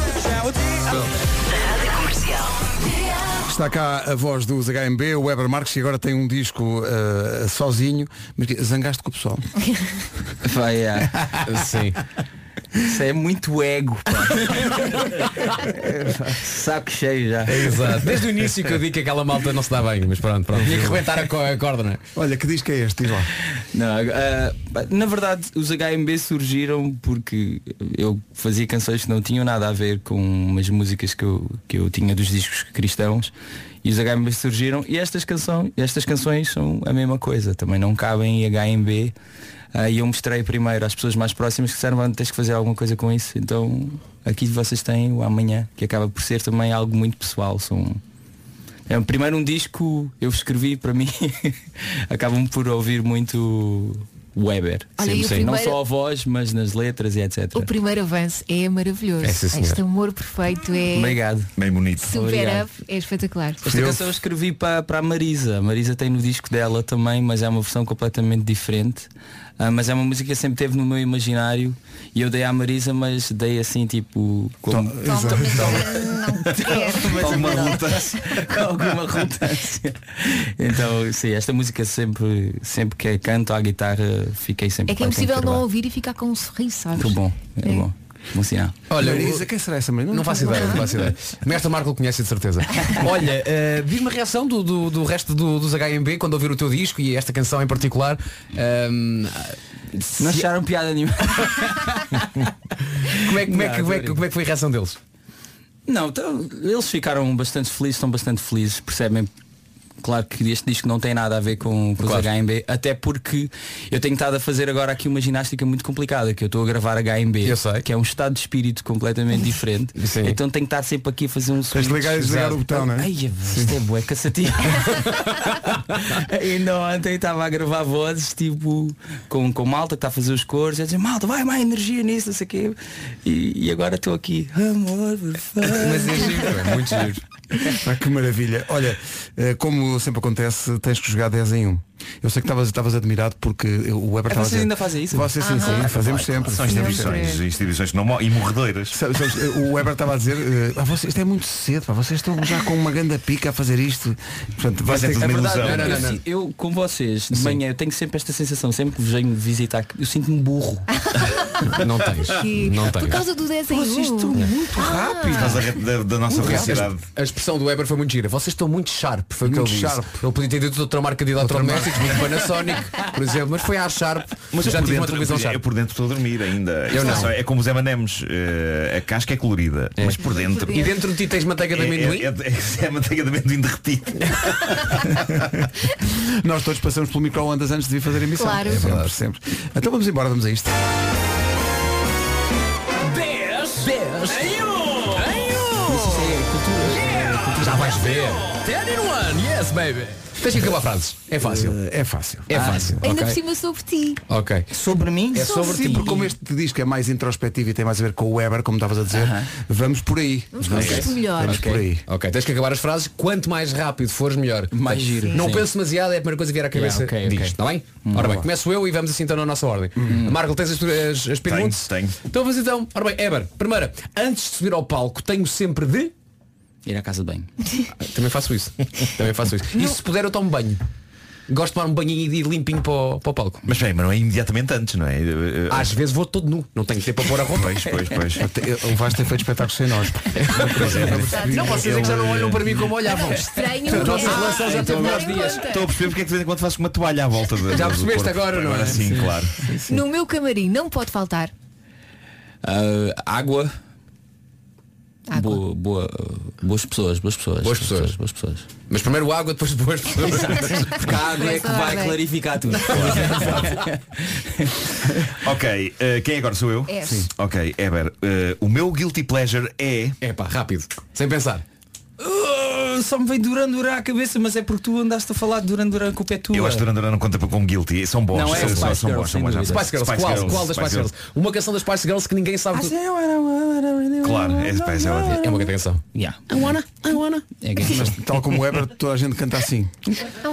Está cá a voz dos HMB, o Weber Marques, que agora tem um disco eh, sozinho, mas que- zangaste com o pessoal.
Vai, ah,
Sim.
Isso é muito ego, pá. Saco cheio já.
Exato. Desde o início que eu digo que aquela malta não se dá bem, mas pronto, pronto. Tinha que arrebentar a, co- a corda, não é?
Olha, que diz que é este, diz lá.
Não, ah, pá, na verdade os HMB surgiram porque eu fazia canções que não tinham nada a ver com umas músicas que eu, que eu tinha dos discos cristãos e os HMB surgiram e estas, canção, estas canções são a mesma coisa, também não cabem em HMB. Ah, E eu mostrei primeiro às pessoas mais próximas que disseram, "Mano, tens que fazer alguma coisa com isso. Então aqui vocês têm o amanhã, que acaba por ser também algo muito pessoal. São é um- primeiro um disco eu escrevi para mim. Acabam por ouvir muito Weber.
Olha, e o
Sim, sim. Não
primeiro-
só a voz, mas nas letras e etc.
O primeiro avanço é maravilhoso.
É, sim, senhora.
este amor perfeito é
Obrigado.
Bem bonito.
super up, é espetacular.
Esta canção eu escrevi para, para a Marisa. A Marisa tem no disco dela também, mas é uma versão completamente diferente. Ah, mas é uma música que sempre teve no meu imaginário e eu dei à Marisa, mas dei assim tipo como alguma relutância. Com alguma relutância. Então, sim, esta música sempre, sempre que a canto à guitarra fiquei sempre.
É que é
"Pá, tenho
impossível não
gravar."
ouvir e ficar com um sorriso, sabes?
Que bom, é,
É.
bom. Bom sinal.
Olha,
Marisa, quem será essa menina?
Não faço ideia, não faço ideia. Mestre Marco conhece de certeza. Olha, eh, diz-me a reação do, do, do resto do- dos HMB quando ouvir o teu disco e esta canção em particular. ehm, se-
Não acharam piada nenhuma.
como, é, como, é, que-
Não,
como, é,
tô
que- como é que foi a reação deles?
Não, então, eles ficaram bastante felizes, estão bastante felizes, percebem? Claro que este disco não tem nada a ver com, com os HMB, até porque eu tenho estado a fazer agora aqui uma ginástica muito complicada, que eu estou a gravar HMB, que é um estado de espírito completamente diferente. Então tenho que estar sempre aqui a fazer um switch
ligar e desligar
pesado.
o botão, não é?
Ai, isto é bué cansativo. Ainda ontem estava a gravar vozes tipo com, com malta que está a fazer os cores, a dizer malta, vai mais energia nisso, não sei o quê. E, e agora estou aqui. Amor, Mas é giro,
é muito giro.
Ah, que maravilha. Olha, eh, como sempre acontece, tens que jogar 10 em 1. Eu sei que estavas- estavas admirado porque eu- o
Ah,
Weber estava a
vocês
dizer-
ainda fazem isso? Ah,
Vocês sim,
Aham.
sim, fazemos sempre.
São instituições, instituições que não mo- e morredeiras.
Sabe, sabes, eh, o Weber estava a dizer, eh, ah, vocês, isto é muito cedo, pá, vocês estão já com uma grande pica a fazer isto. Portanto, vais ter que-
É verdade, eu si- Eu, com vocês, de manhã, eu tenho sempre esta sensação, sempre que vos venho visitar, eu sinto-me burro.
não tens.
Que- Por causa do 10 em Um. Vocês estão
muito
Por causa da, da nossa
Muito
felicidade.
rápido. A expressão do Weber foi muito gira. Vocês estão muito sharp, foi o que ele
Muito
disse.
sharp.
Ele podia ter dito outra marca de eletrodomésticos, muito Panasonic, por exemplo, mas foi à sharp.
Mas eu
já
por
tive uma
dentro-
televisão
eu, por-
sharp.
eu por dentro estou a dormir ainda.
Eu não.
Isto É, só- é como os M&M's. eh, a casca é colorida, mas por dentro...
E dentro de ti tens manteiga de
É-
amendoim?
É, é- é a manteiga de amendoim derretida.
Nós todos passamos pelo micro-ondas antes de vir fazer a emissão.
Claro.
É verdade, sempre. Então vamos embora, vamos a isto.
10 10 em 1 em 1
Já vais ver. 10 in one, yes baby. Tens que acabar frases. É fácil.
É fácil.
É fácil.
Ainda por
ok?
cima sobre ti.
Ok.
Sobre mim?
É sobre ti.
tipo,
Porque como este disco é mais introspectivo e tem mais a ver com o Weber, como estavas a dizer, vamos por aí.
Vamos conseguir é melhor.
Vamos
é
por aí.
Ok, tens que acabar as frases. Quanto mais rápido fores, melhor.
Mais
Portanto,
giro,
Não
sim.
penso demasiado, é a primeira coisa que vier à cabeça.
Yeah, ok, Hum.
diz,
ok.
está bem? Ora bem, começo eu e vamos assim então na nossa ordem. Marco, tens as, as, as perguntas?
tenho.
Então vamos então. Ora bem, Eber, primeira, antes de subir ao palco, tenho sempre de.
Ir à casa de banho.
Também faço isso. Também faço isso. E se puder eu tomo banho. Gosto de tomar um banhinho e ir limpinho para o, para o palco.
Mas bem, mas não é imediatamente antes, não é? Eh, eh,
Às vezes vou todo nu, não tenho tempo para pôr a roupa.
Pois, pois, pois.
O Vasco tem feito espetáculos sem nós.
Não, vocês é que já não olham para mim como olhavam.
Estranho.
A nossa
é.
relação já teve
Então,
melhores
agora-
dias.
Estou a perceber porque é que de vez em quando faço uma toalha à volta da.
Já
do
percebeste
corpo.
agora, não é?
Agora sim, claro.
No meu camarim não pode faltar
Ah, água.
Água.
Boa, boa, boas pessoas, boas pessoas.
Boas pessoas.
Boas pessoas.
Mas primeiro água, depois depois pessoas.
Porque a água é que vai clarificar tudo.
Ok, eh, quem é agora? Sou eu?
É. Sim.
Ok, Eber, eh, o meu guilty pleasure é.
É pá, rápido. Sem pensar.
Ah, só me vem durando durar a cabeça, mas é porque tu andaste a falar de durando durar com o pé tua.
Eu acho que Duran Duran não conta para como guilty. São bons.
é? Não, é
são,
Spice
são, são
Girls,
bons, são
sem
bons.
dúvida.
são bons.
Spice Girls, qual, qual das Spice Girls? Uma canção das Spice Girls que ninguém sabe. do-
Claro, é Spice Girls.
É uma grande canção.
Yeah.
I wanna, I wanna.
É que-
Mas tal como o Weber, toda a gente canta assim. Tá
Tá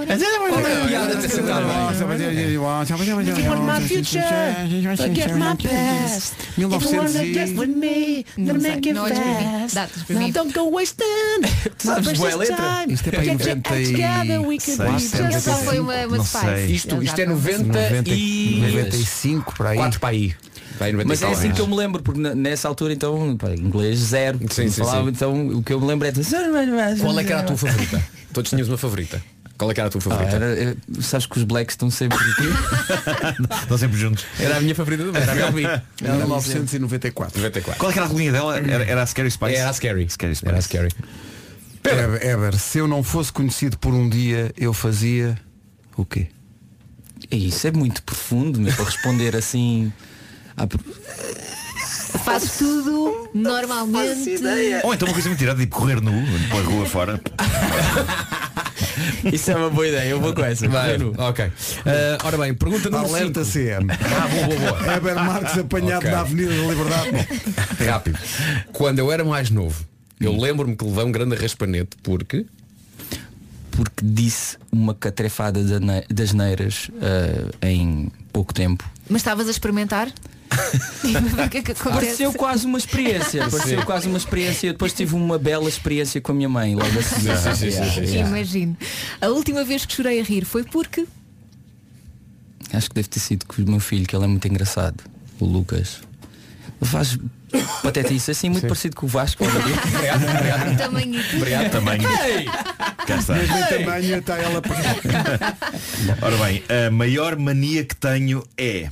Não sei, não és para mim. Datas para mim.
Tu sabes boa letra?
Isto é para aí 90 e...
é?
Essa foi uma, uma
Não
é
Spice.
sei.
Isto, isto é 90
90
e...
95 para aí.
4 para aí. Vai em 90
Mas é
e tal
assim
anos.
que eu me lembro, porque na- nessa altura, então, pá, inglês zero.
Sim,
não
sim,
falava,
sim.
então o que eu me lembro é de...
Qual é que era a tua favorita? Todos tínhamos uma favorita. Qual é que era a tua favorita?
Ah, era- eh, sabes que os blacks estão sempre aqui?
estão sempre juntos.
Era a minha favorita do
Era a minha
Era
É
Era
1994.
94.
Qual é que era a rolinha dela? Era, era a Scary Spice?
Era a é? Scary.
Scary Spice.
Era a Scary.
Eber, Eber, se eu não fosse conhecido por um dia, eu fazia o quê?
Isso é muito profundo, mas para responder assim. à per-
Fazes tudo normalmente.
é
Ou então uma coisa muito tirada, tipo correr nu, pela rua fora.
Isso é uma boa ideia, eu vou com essa.
Vai, ok. Ah, ora bem, pergunta número
Alerta
5.
CM.
Ah, boa, boa, boa.
Eber Marques apanhado
Ok.
na Avenida da Liberdade.
Rápido. Quando eu era mais novo, eu lembro-me que levei um grande raspanete porque.
Porque disse uma catrefada da ne- das neiras ah, em pouco tempo.
Mas estavas a experimentar? O que é que acontece?
Pareceu quase uma experiência. Pareceu quase uma experiência. Depois tive uma bela experiência com a minha mãe logo a seguir.
Sim, sim, sim, sim, sim.
Imagino. A última vez que chorei a rir foi porque.
Acho que deve ter sido com o meu filho, que ele é muito engraçado, o Lucas. Ele faz patetice assim, muito parecido com o Vasco.
Também.
Obrigado também. Cá está.
Mesmo em
Ei!
tamanho está ela por
Ora bem, a maior mania que tenho é.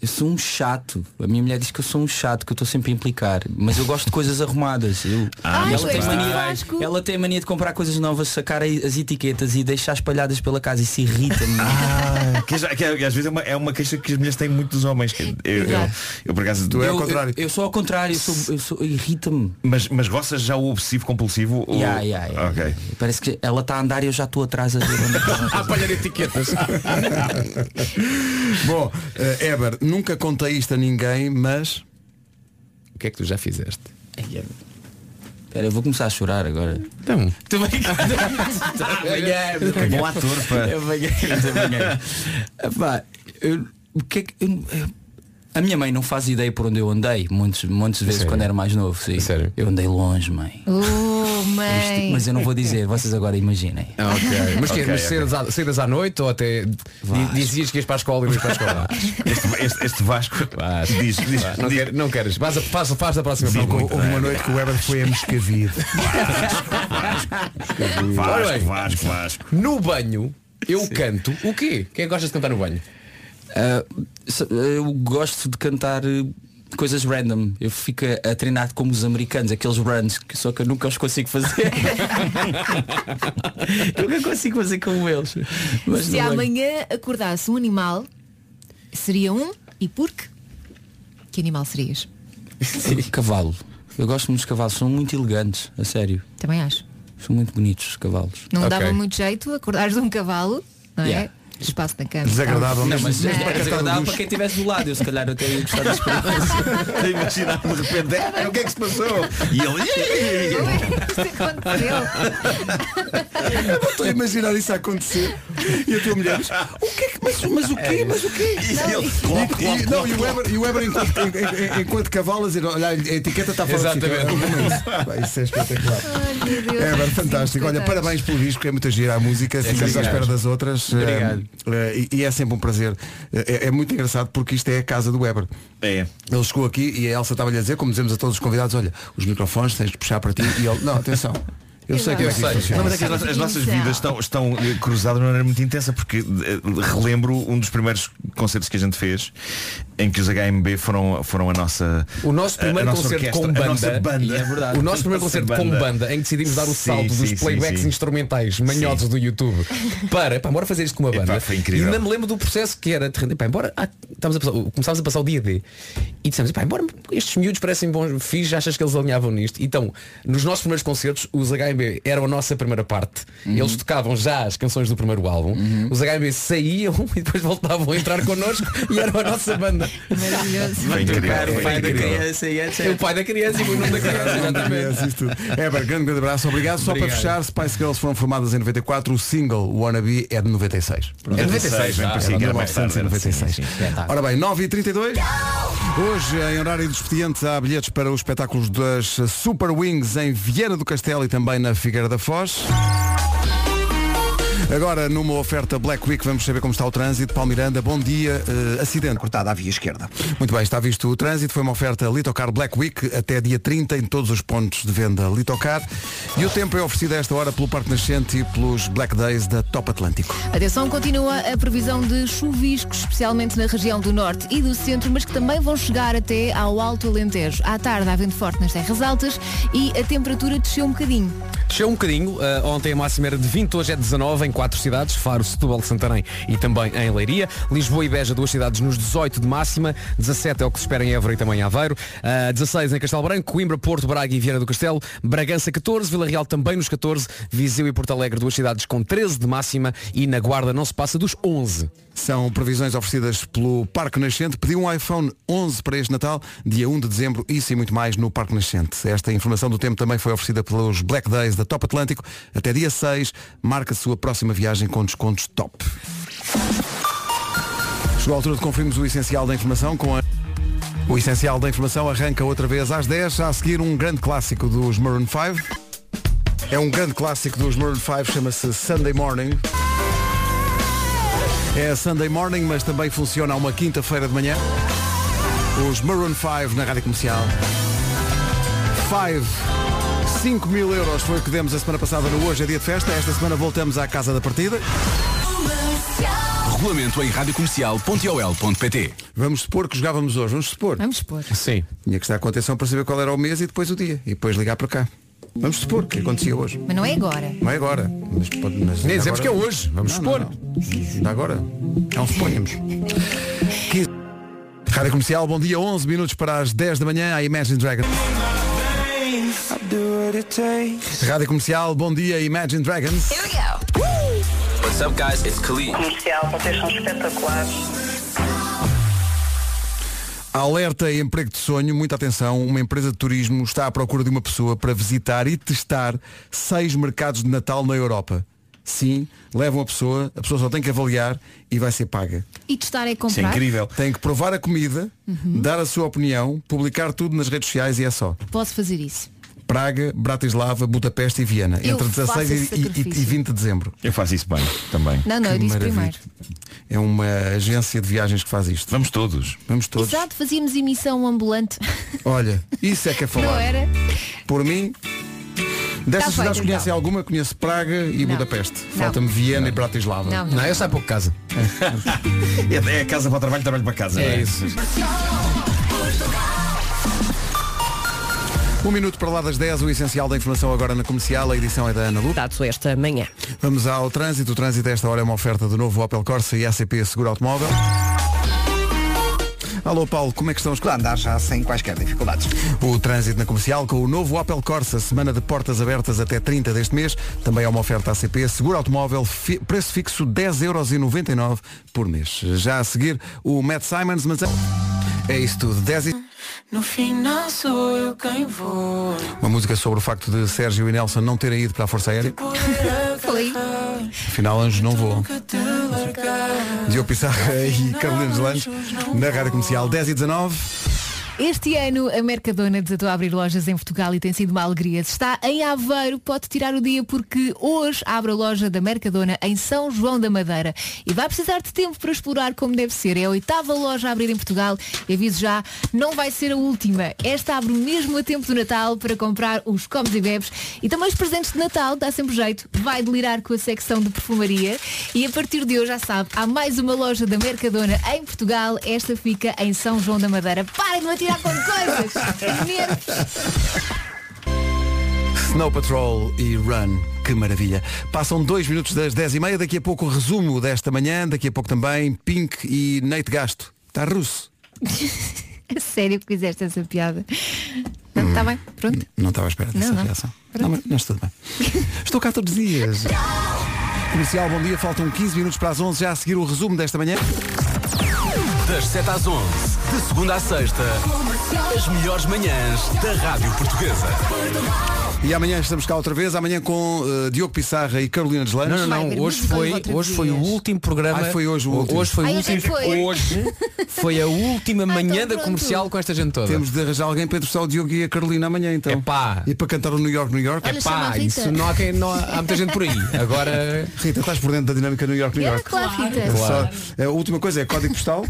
Eu sou um chato. A minha mulher diz que eu sou um chato, que eu estou sempre a implicar. Mas eu gosto de coisas arrumadas. Eu,
Ah,
E
mas
ela, tem
claro.
mania, ela tem mania de comprar coisas novas, sacar aí as etiquetas e deixar espalhadas pela casa. Isso irrita-me.
Ah, que, já- que às vezes é uma, é uma queixa que as mulheres têm muito dos homens. que Eu, eu,
Exato.
eu, por acaso.
é
Eu- Eu, eu sou ao contrário, eu sou, eu sou irrita-me.
Mas, mas gostas já o obsessivo compulsivo? Ou...
Ya, ya, ya.
Ok.
Parece que ela está a andar e eu já estou atrás a ver onde é que ela está.
Apalhar etiquetas.
Bom, eh, Eber, nunca contei isto a ninguém, mas.
O que é que tu já fizeste?
Espera, eu vou começar a chorar agora.
Então.
Tu bem- Tu bem-
Bom ator, pá.
Eu bem- eu bem- Epá, eu- o que é que- eu- eu- a minha mãe não faz ideia por onde eu andei, muitas muitas vezes
sério?
quando era mais novo. Sim. Eu andei longe, mãe.
Oh, mãe.
Mas eu não vou dizer, vocês agora imaginem.
Ok. Mas, que, mas
Ok,
saídas à- saídas à noite ou até di- dizias que ias para a escola e não ias para a escola?
Este, este- este Vasco diz, diz,
Vá, não,
diz-
quer- não queres. Faz, a- faz, faz a próxima
Diz
pergunta.
muito, Houve uma
noite que o Weber foi a Moscavide.
Ora
Vasco,
bem,
Vasco, Vasco.
No banho, eu canto o quê? Quem é que gostas de cantar no banho?
Ah, se- eu gosto de cantar eh, coisas random. Eu fico a, a treinar como os americanos, aqueles runs, que só que eu nunca os consigo fazer. eu nunca consigo fazer como eles. Mas
Se
não é.
amanhã acordasse um animal, seria um e porquê? Que animal serias?
Cavalo. Eu gosto muito dos cavalos, são muito elegantes, a sério.
Também acho.
São muito bonitos os cavalos.
Não dava muito jeito acordares de um cavalo, não é?
Yeah.
Espaço na cama.
Não, mas
Não é?
um
desagradável para quem estivesse do lado, eu se calhar eu teria gostado da experiência.
Imaginar de repente, "É, o que é que se passou? E ele.
é
Eu estou a imaginar isso a acontecer. E a tua mulher diz, o que é que. Mas, mas o quê? Mas o quê?
E ele,
E-
clop, clop,
e- Não,
clop,
e o Weber, e o Weber enquanto, en- en- enquanto cavalo a dizer, olha, a etiqueta está fora de sítio."
Exatamente.
Pá, Isso é espetacular.
Ai, meu Deus.
Eber, É, fantástico. Olha, parabéns pelo disco, é muita gira a música, ficamos à
obrigado.
espera das outras.
Obrigado.
Eh, eh, E e é sempre um prazer. Eh, É, é muito engraçado porque isto é a casa do Weber.
É.
Ele chegou aqui e a Elsa estava-lhe a dizer, como dizemos a todos os convidados, olha, os microfones tens de puxar para ti e ele, não, atenção. Eu sei que
Eu
é que isto
sei.
funciona."
Não, mas é que as, nossas- as nossas vidas estão, estão eh, cruzadas de uma maneira muito intensa porque eh, relembro um dos primeiros concertos que a gente fez em que os HMB foram, foram a nossa
O nosso
a-
primeiro
a nossa
concerto
orquestra,
com banda,
a nossa banda.
E é verdade. o nosso primeiro
Nossa
concerto com banda em que decidimos dar o
Sim,
salto
sim,
dos
sim,
playbacks
sim.
instrumentais manhosos do YouTube para, pá, bora fazer isto com uma banda.
Epá, foi incrível.
E ainda me lembro do processo que era, de repente, pá, embora ah, estávamos a passar- começámos a passar o dia D e dissemos, pá, embora estes miúdos parecem bons, fixe, achas que eles alinhavam nisto? Então, nos nossos primeiros concertos, os HMB eram a nossa primeira parte.
Uhum.
Eles tocavam já as canções do primeiro álbum, os HMB saíam e depois voltavam a entrar connosco e eram a nossa banda.
Maravilhoso.
Foi incrível, foi incrível.
O pai da criança e o nome da criança, exatamente.
Yes, isso tudo. Eber, grande, grande abraço, obrigado. Só para
Obrigado.
fechar, Spice Girls foram formadas em 94, o single Wannabe é de 96.
É 96,
bem
já.
parecia
Era
que era mais tarde, era
1996.
sim, sim.
Ora bem, 9h32. Hoje, em horário de expediente, há bilhetes para os espetáculos das Super Wings em Vieira do Castelo e também na Figueira da Foz. Agora, numa oferta Black Week, vamos saber como está o trânsito. Palmiranda, bom dia. Eh, acidente.
Cortada à via esquerda.
Muito bem, está visto o trânsito. Foi uma oferta Litocar Black Week até dia 30 em todos os pontos de venda Litocar. E o tempo é oferecido a esta hora pelo Parque Nascente e pelos Black Days da Top Atlântico.
Atenção, continua a previsão de chuviscos, especialmente na região do norte e do centro, mas que também vão chegar até ao Alto Alentejo. À tarde há vento forte nas terras altas e a temperatura desceu um bocadinho.
Desceu um bocadinho, eh, ontem a máxima era de 20, hoje é 19 em quatro cidades, Faro, Setúbal, Santarém e também em Leiria. Lisboa e Beja, duas cidades nos 18 de máxima, 17 é o que se espera em Évora e também em Aveiro, Ah, 16 em Castelo Branco, Coimbra, Porto, Braga e Viana do Castelo, Bragança 14, Vila Real também nos 14, Viseu e Porto Alegre, duas cidades com 13 de máxima e na Guarda não se passa dos 11.
São previsões oferecidas pelo Parque Nascente. Pediu um iPhone 11 para este Natal, dia 1 de dezembro, isso e muito mais no Parque Nascente. Esta informação do tempo também foi oferecida pelos Black Days da Top Atlântico. Até dia 6, marca a sua próxima viagem com descontos top. Chegou a altura de conferirmos o essencial da informação com a... O essencial da informação arranca outra vez às 10, a seguir um grande clássico dos Maroon 5. É um grande clássico dos Maroon 5, chama-se Sunday Morning. É Sunday Morning, mas também funciona uma quinta-feira de manhã. Os Maroon 5 na Rádio Comercial. 5. 5 mil euros foi o que demos a semana passada no Hoje é Dia de Festa. Esta semana voltamos à Casa da Partida.
Regulamento em radiocomercial.ol.pt
Vamos supor que jogávamos hoje. Vamos supor.
Vamos supor.
Sim.
Tinha que estar com atenção para saber qual era o mês e depois o dia. E depois ligar para cá. Vamos supor que acontecia hoje.
Mas não é agora.
Não é agora. Mas pode, mas
Nem
ainda
dizemos
agora-
que é hoje. Vamos
Não, não,
supor.
não. Ainda agora. É um suponhamos. 15. Rádio Comercial, bom dia. 11 minutos para as 10 da manhã. A Imagine Dragons. Rádio Comercial, bom dia. Imagine Dragons.
What's up, guys? It's Khalid.
Alerta emprego de sonho, muita atenção, uma empresa de turismo está à procura de uma pessoa para visitar e testar seis mercados de Natal na Europa. Sim, levam a pessoa, a pessoa só tem que avaliar e vai ser paga.
E testar é comprar.
Tem que provar a comida,
Uhum.
dar a sua opinião, publicar tudo nas redes sociais e é só.
Posso fazer isso.
Praga, Bratislava, Budapeste e Viena,
Eu
entre
faço
16
esse
e, e- e
sacrifício.
20 de dezembro.
Eu faço isso bem, também.
Não, não, eu
Que
disse
maravilha.
primeiro.
É uma agência de viagens que faz isto.
Vamos todos.
Vamos todos.
Exato, fazíamos emissão ambulante.
Olha, isso é que é falar.
Não era?
Por mim, dessas
Tá feito,
cidades conhecem
então.
alguma? Conheço Praga e
Não.
Budapeste.
Não.
Falta-me Viena e Bratislava.
Não, não. Não,
eu saio pouco casa.
É, é casa para o trabalho, trabalho para casa.
É
não
isso. Um minuto para lá das 10, o essencial da informação agora na comercial, a edição é da Ana Lu.
Dados esta manhã.
Vamos ao trânsito. O trânsito a esta hora é uma oferta do novo Opel Corsa e ACP Seguro Automóvel. Alô Paulo, como é que estão as
coisas? Andar já sem quaisquer dificuldades.
O trânsito na comercial com o novo Opel Corsa, semana de portas abertas até 30 deste mês. Também é uma oferta ACP Seguro Automóvel, fi- preço fixo 10,99€ por mês. Já a seguir, o Matt Simons, mas é- é isso tudo. 10 e...
No final sou eu quem vou.
Uma música sobre o facto de Sérgio e Nelson não terem ido para a Força Aérea.
Foi.
Afinal, anjos não voam.
Te largar.
Diogo Pissarra e Carolina Lange na Rádio Comercial 10 e 19.
Este ano a Mercadona desatou a abrir lojas em Portugal e tem sido uma alegria. Se está em Aveiro, pode tirar o dia porque hoje abre a loja da Mercadona em São João da Madeira. E vai precisar de tempo para explorar como deve ser. É a oitava loja a abrir em Portugal. E aviso já, não vai ser a última. Esta abre mesmo a tempo do Natal para comprar os comes e bebes. E também os presentes de Natal, dá sempre jeito. Vai delirar com a secção de perfumaria. E a partir de hoje, já sabe, há mais uma loja da Mercadona em Portugal. Esta fica em São João da Madeira. Parem de me atirar com coisas! Nervos.
Snow Patrol e Run. Que maravilha. Passam dois minutos das 10 e meia. Daqui a pouco o resumo desta manhã. Daqui a pouco também Pink e Nate Gasto. Está russo.
A sério que fizeste essa piada. Está bem? Pronto.
Não estava à espera dessa
Não, não.
reação. Não, mas, mas tudo bem. Estou cá todos os dias. Comercial, bom dia. Faltam 15 minutos para as 11. Já a seguir o resumo desta manhã.
Das 7 às 11, de segunda à sexta, as melhores manhãs da Rádio Portuguesa.
E amanhã estamos cá outra vez, amanhã com eh, Diogo Pissarra e Carolina Deslandes.
Não, não, não, Vai haver hoje música foi- outra hoje vez. foi o último programa.
Ai, foi hoje o
Ho-
último.
hoje foi o Ai, hoje último- é que foi.
Hoje
foi a última manhã da comercial com esta gente toda.
Temos de arranjar alguém para entrevistar o Diogo e a Carolina amanhã então. É
pá.
E para cantar o New York, New York.
Olha, Epá, chama a Rita. isso não é- há quem- não há- há muita gente por aí. Agora-
Rita, estás por dentro da dinâmica New York, New
É,
York.
claro, Rita.
É só-
Claro.
é, a última coisa é código postal.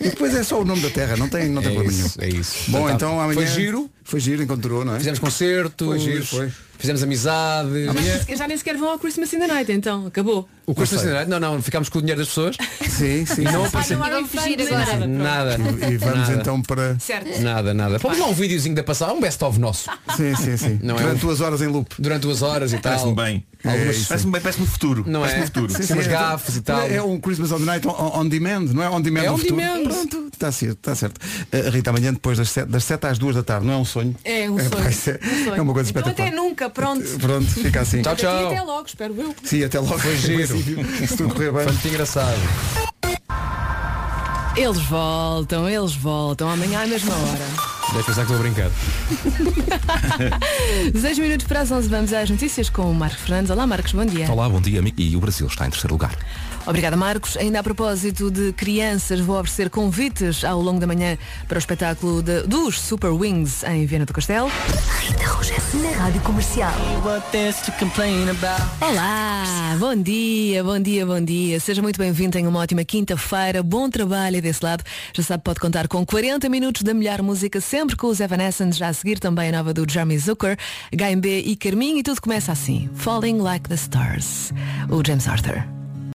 e depois é só o nome da terra, não tem, não tem
É
problema
isso,
nenhum.
é isso.
Bom,
Então,
então
tá.
amanhã.
Foi giro?
Foi giro, encontrou, não é?
Fizemos concertos,
Foi giro, foi.
fizemos amizades.
Mas nem sequer- já nem sequer vão ao Christmas in the Night, então. Acabou.
O custo não, não, não, ficámos com o dinheiro das pessoas.
Sim, sim.
E não
sim.
apareceu.
Ah, não há nem fugir
Sim,
agora.
sim. Nada.
E vamos
Nada.
então para.
Certo.
Nada, nada. Vamos lá um videozinho da passada, um best-of nosso.
Sim, sim, sim.
Não é
Durante
um-
duas horas em loop.
Durante duas horas e tal.
Parece-me bem. É isso. Parece-me bem, parece-me futuro.
Não
Parece-me
é?
futuro.
Sim, umas gafes e tal.
É um Christmas on the Night on, on demand, não é? On demand
Tá. É
do
on
futuro.
demand.
Pronto, está certo, está certo. Uh, Rita, amanhã depois das 7, das sete às 2 da tarde, não é um sonho?
É um
pá,
sonho.
isso é,
Um sonho.
é uma coisa
então até
espetacular.
nunca, pronto.
Pronto, fica assim.
Tá.
Daqui Até logo, espero eu.
Sim, até logo.
Foi giro.
Se tudo correr bem.
Foi muito engraçado.
Eles voltam, eles voltam. Amanhã à mesma hora.
Deve pensar que estou a brincar.
6 minutos um para as 11. Vamos às notícias com o Marcos Fernandes. Olá, Marcos, bom dia.
Olá, bom dia, amigo. E o Brasil está em terceiro lugar.
Obrigada, Marcos. Ainda a propósito de crianças, vou oferecer convites ao longo da manhã para o espetáculo de- dos Super Wings em Viena do Castelo. Rita Rogerse na Rádio Comercial. Olá, bom dia, bom dia, bom dia. Seja muito bem-vindo, tenha uma ótima quinta-feira, bom trabalho aí desse lado. Já sabe, pode contar com 40 minutos da melhor música, sempre com os Evanescence, já a seguir também a nova do Jeremy Zucker, HMB e Carminho, e tudo começa assim. Falling Like the Stars, o James Arthur.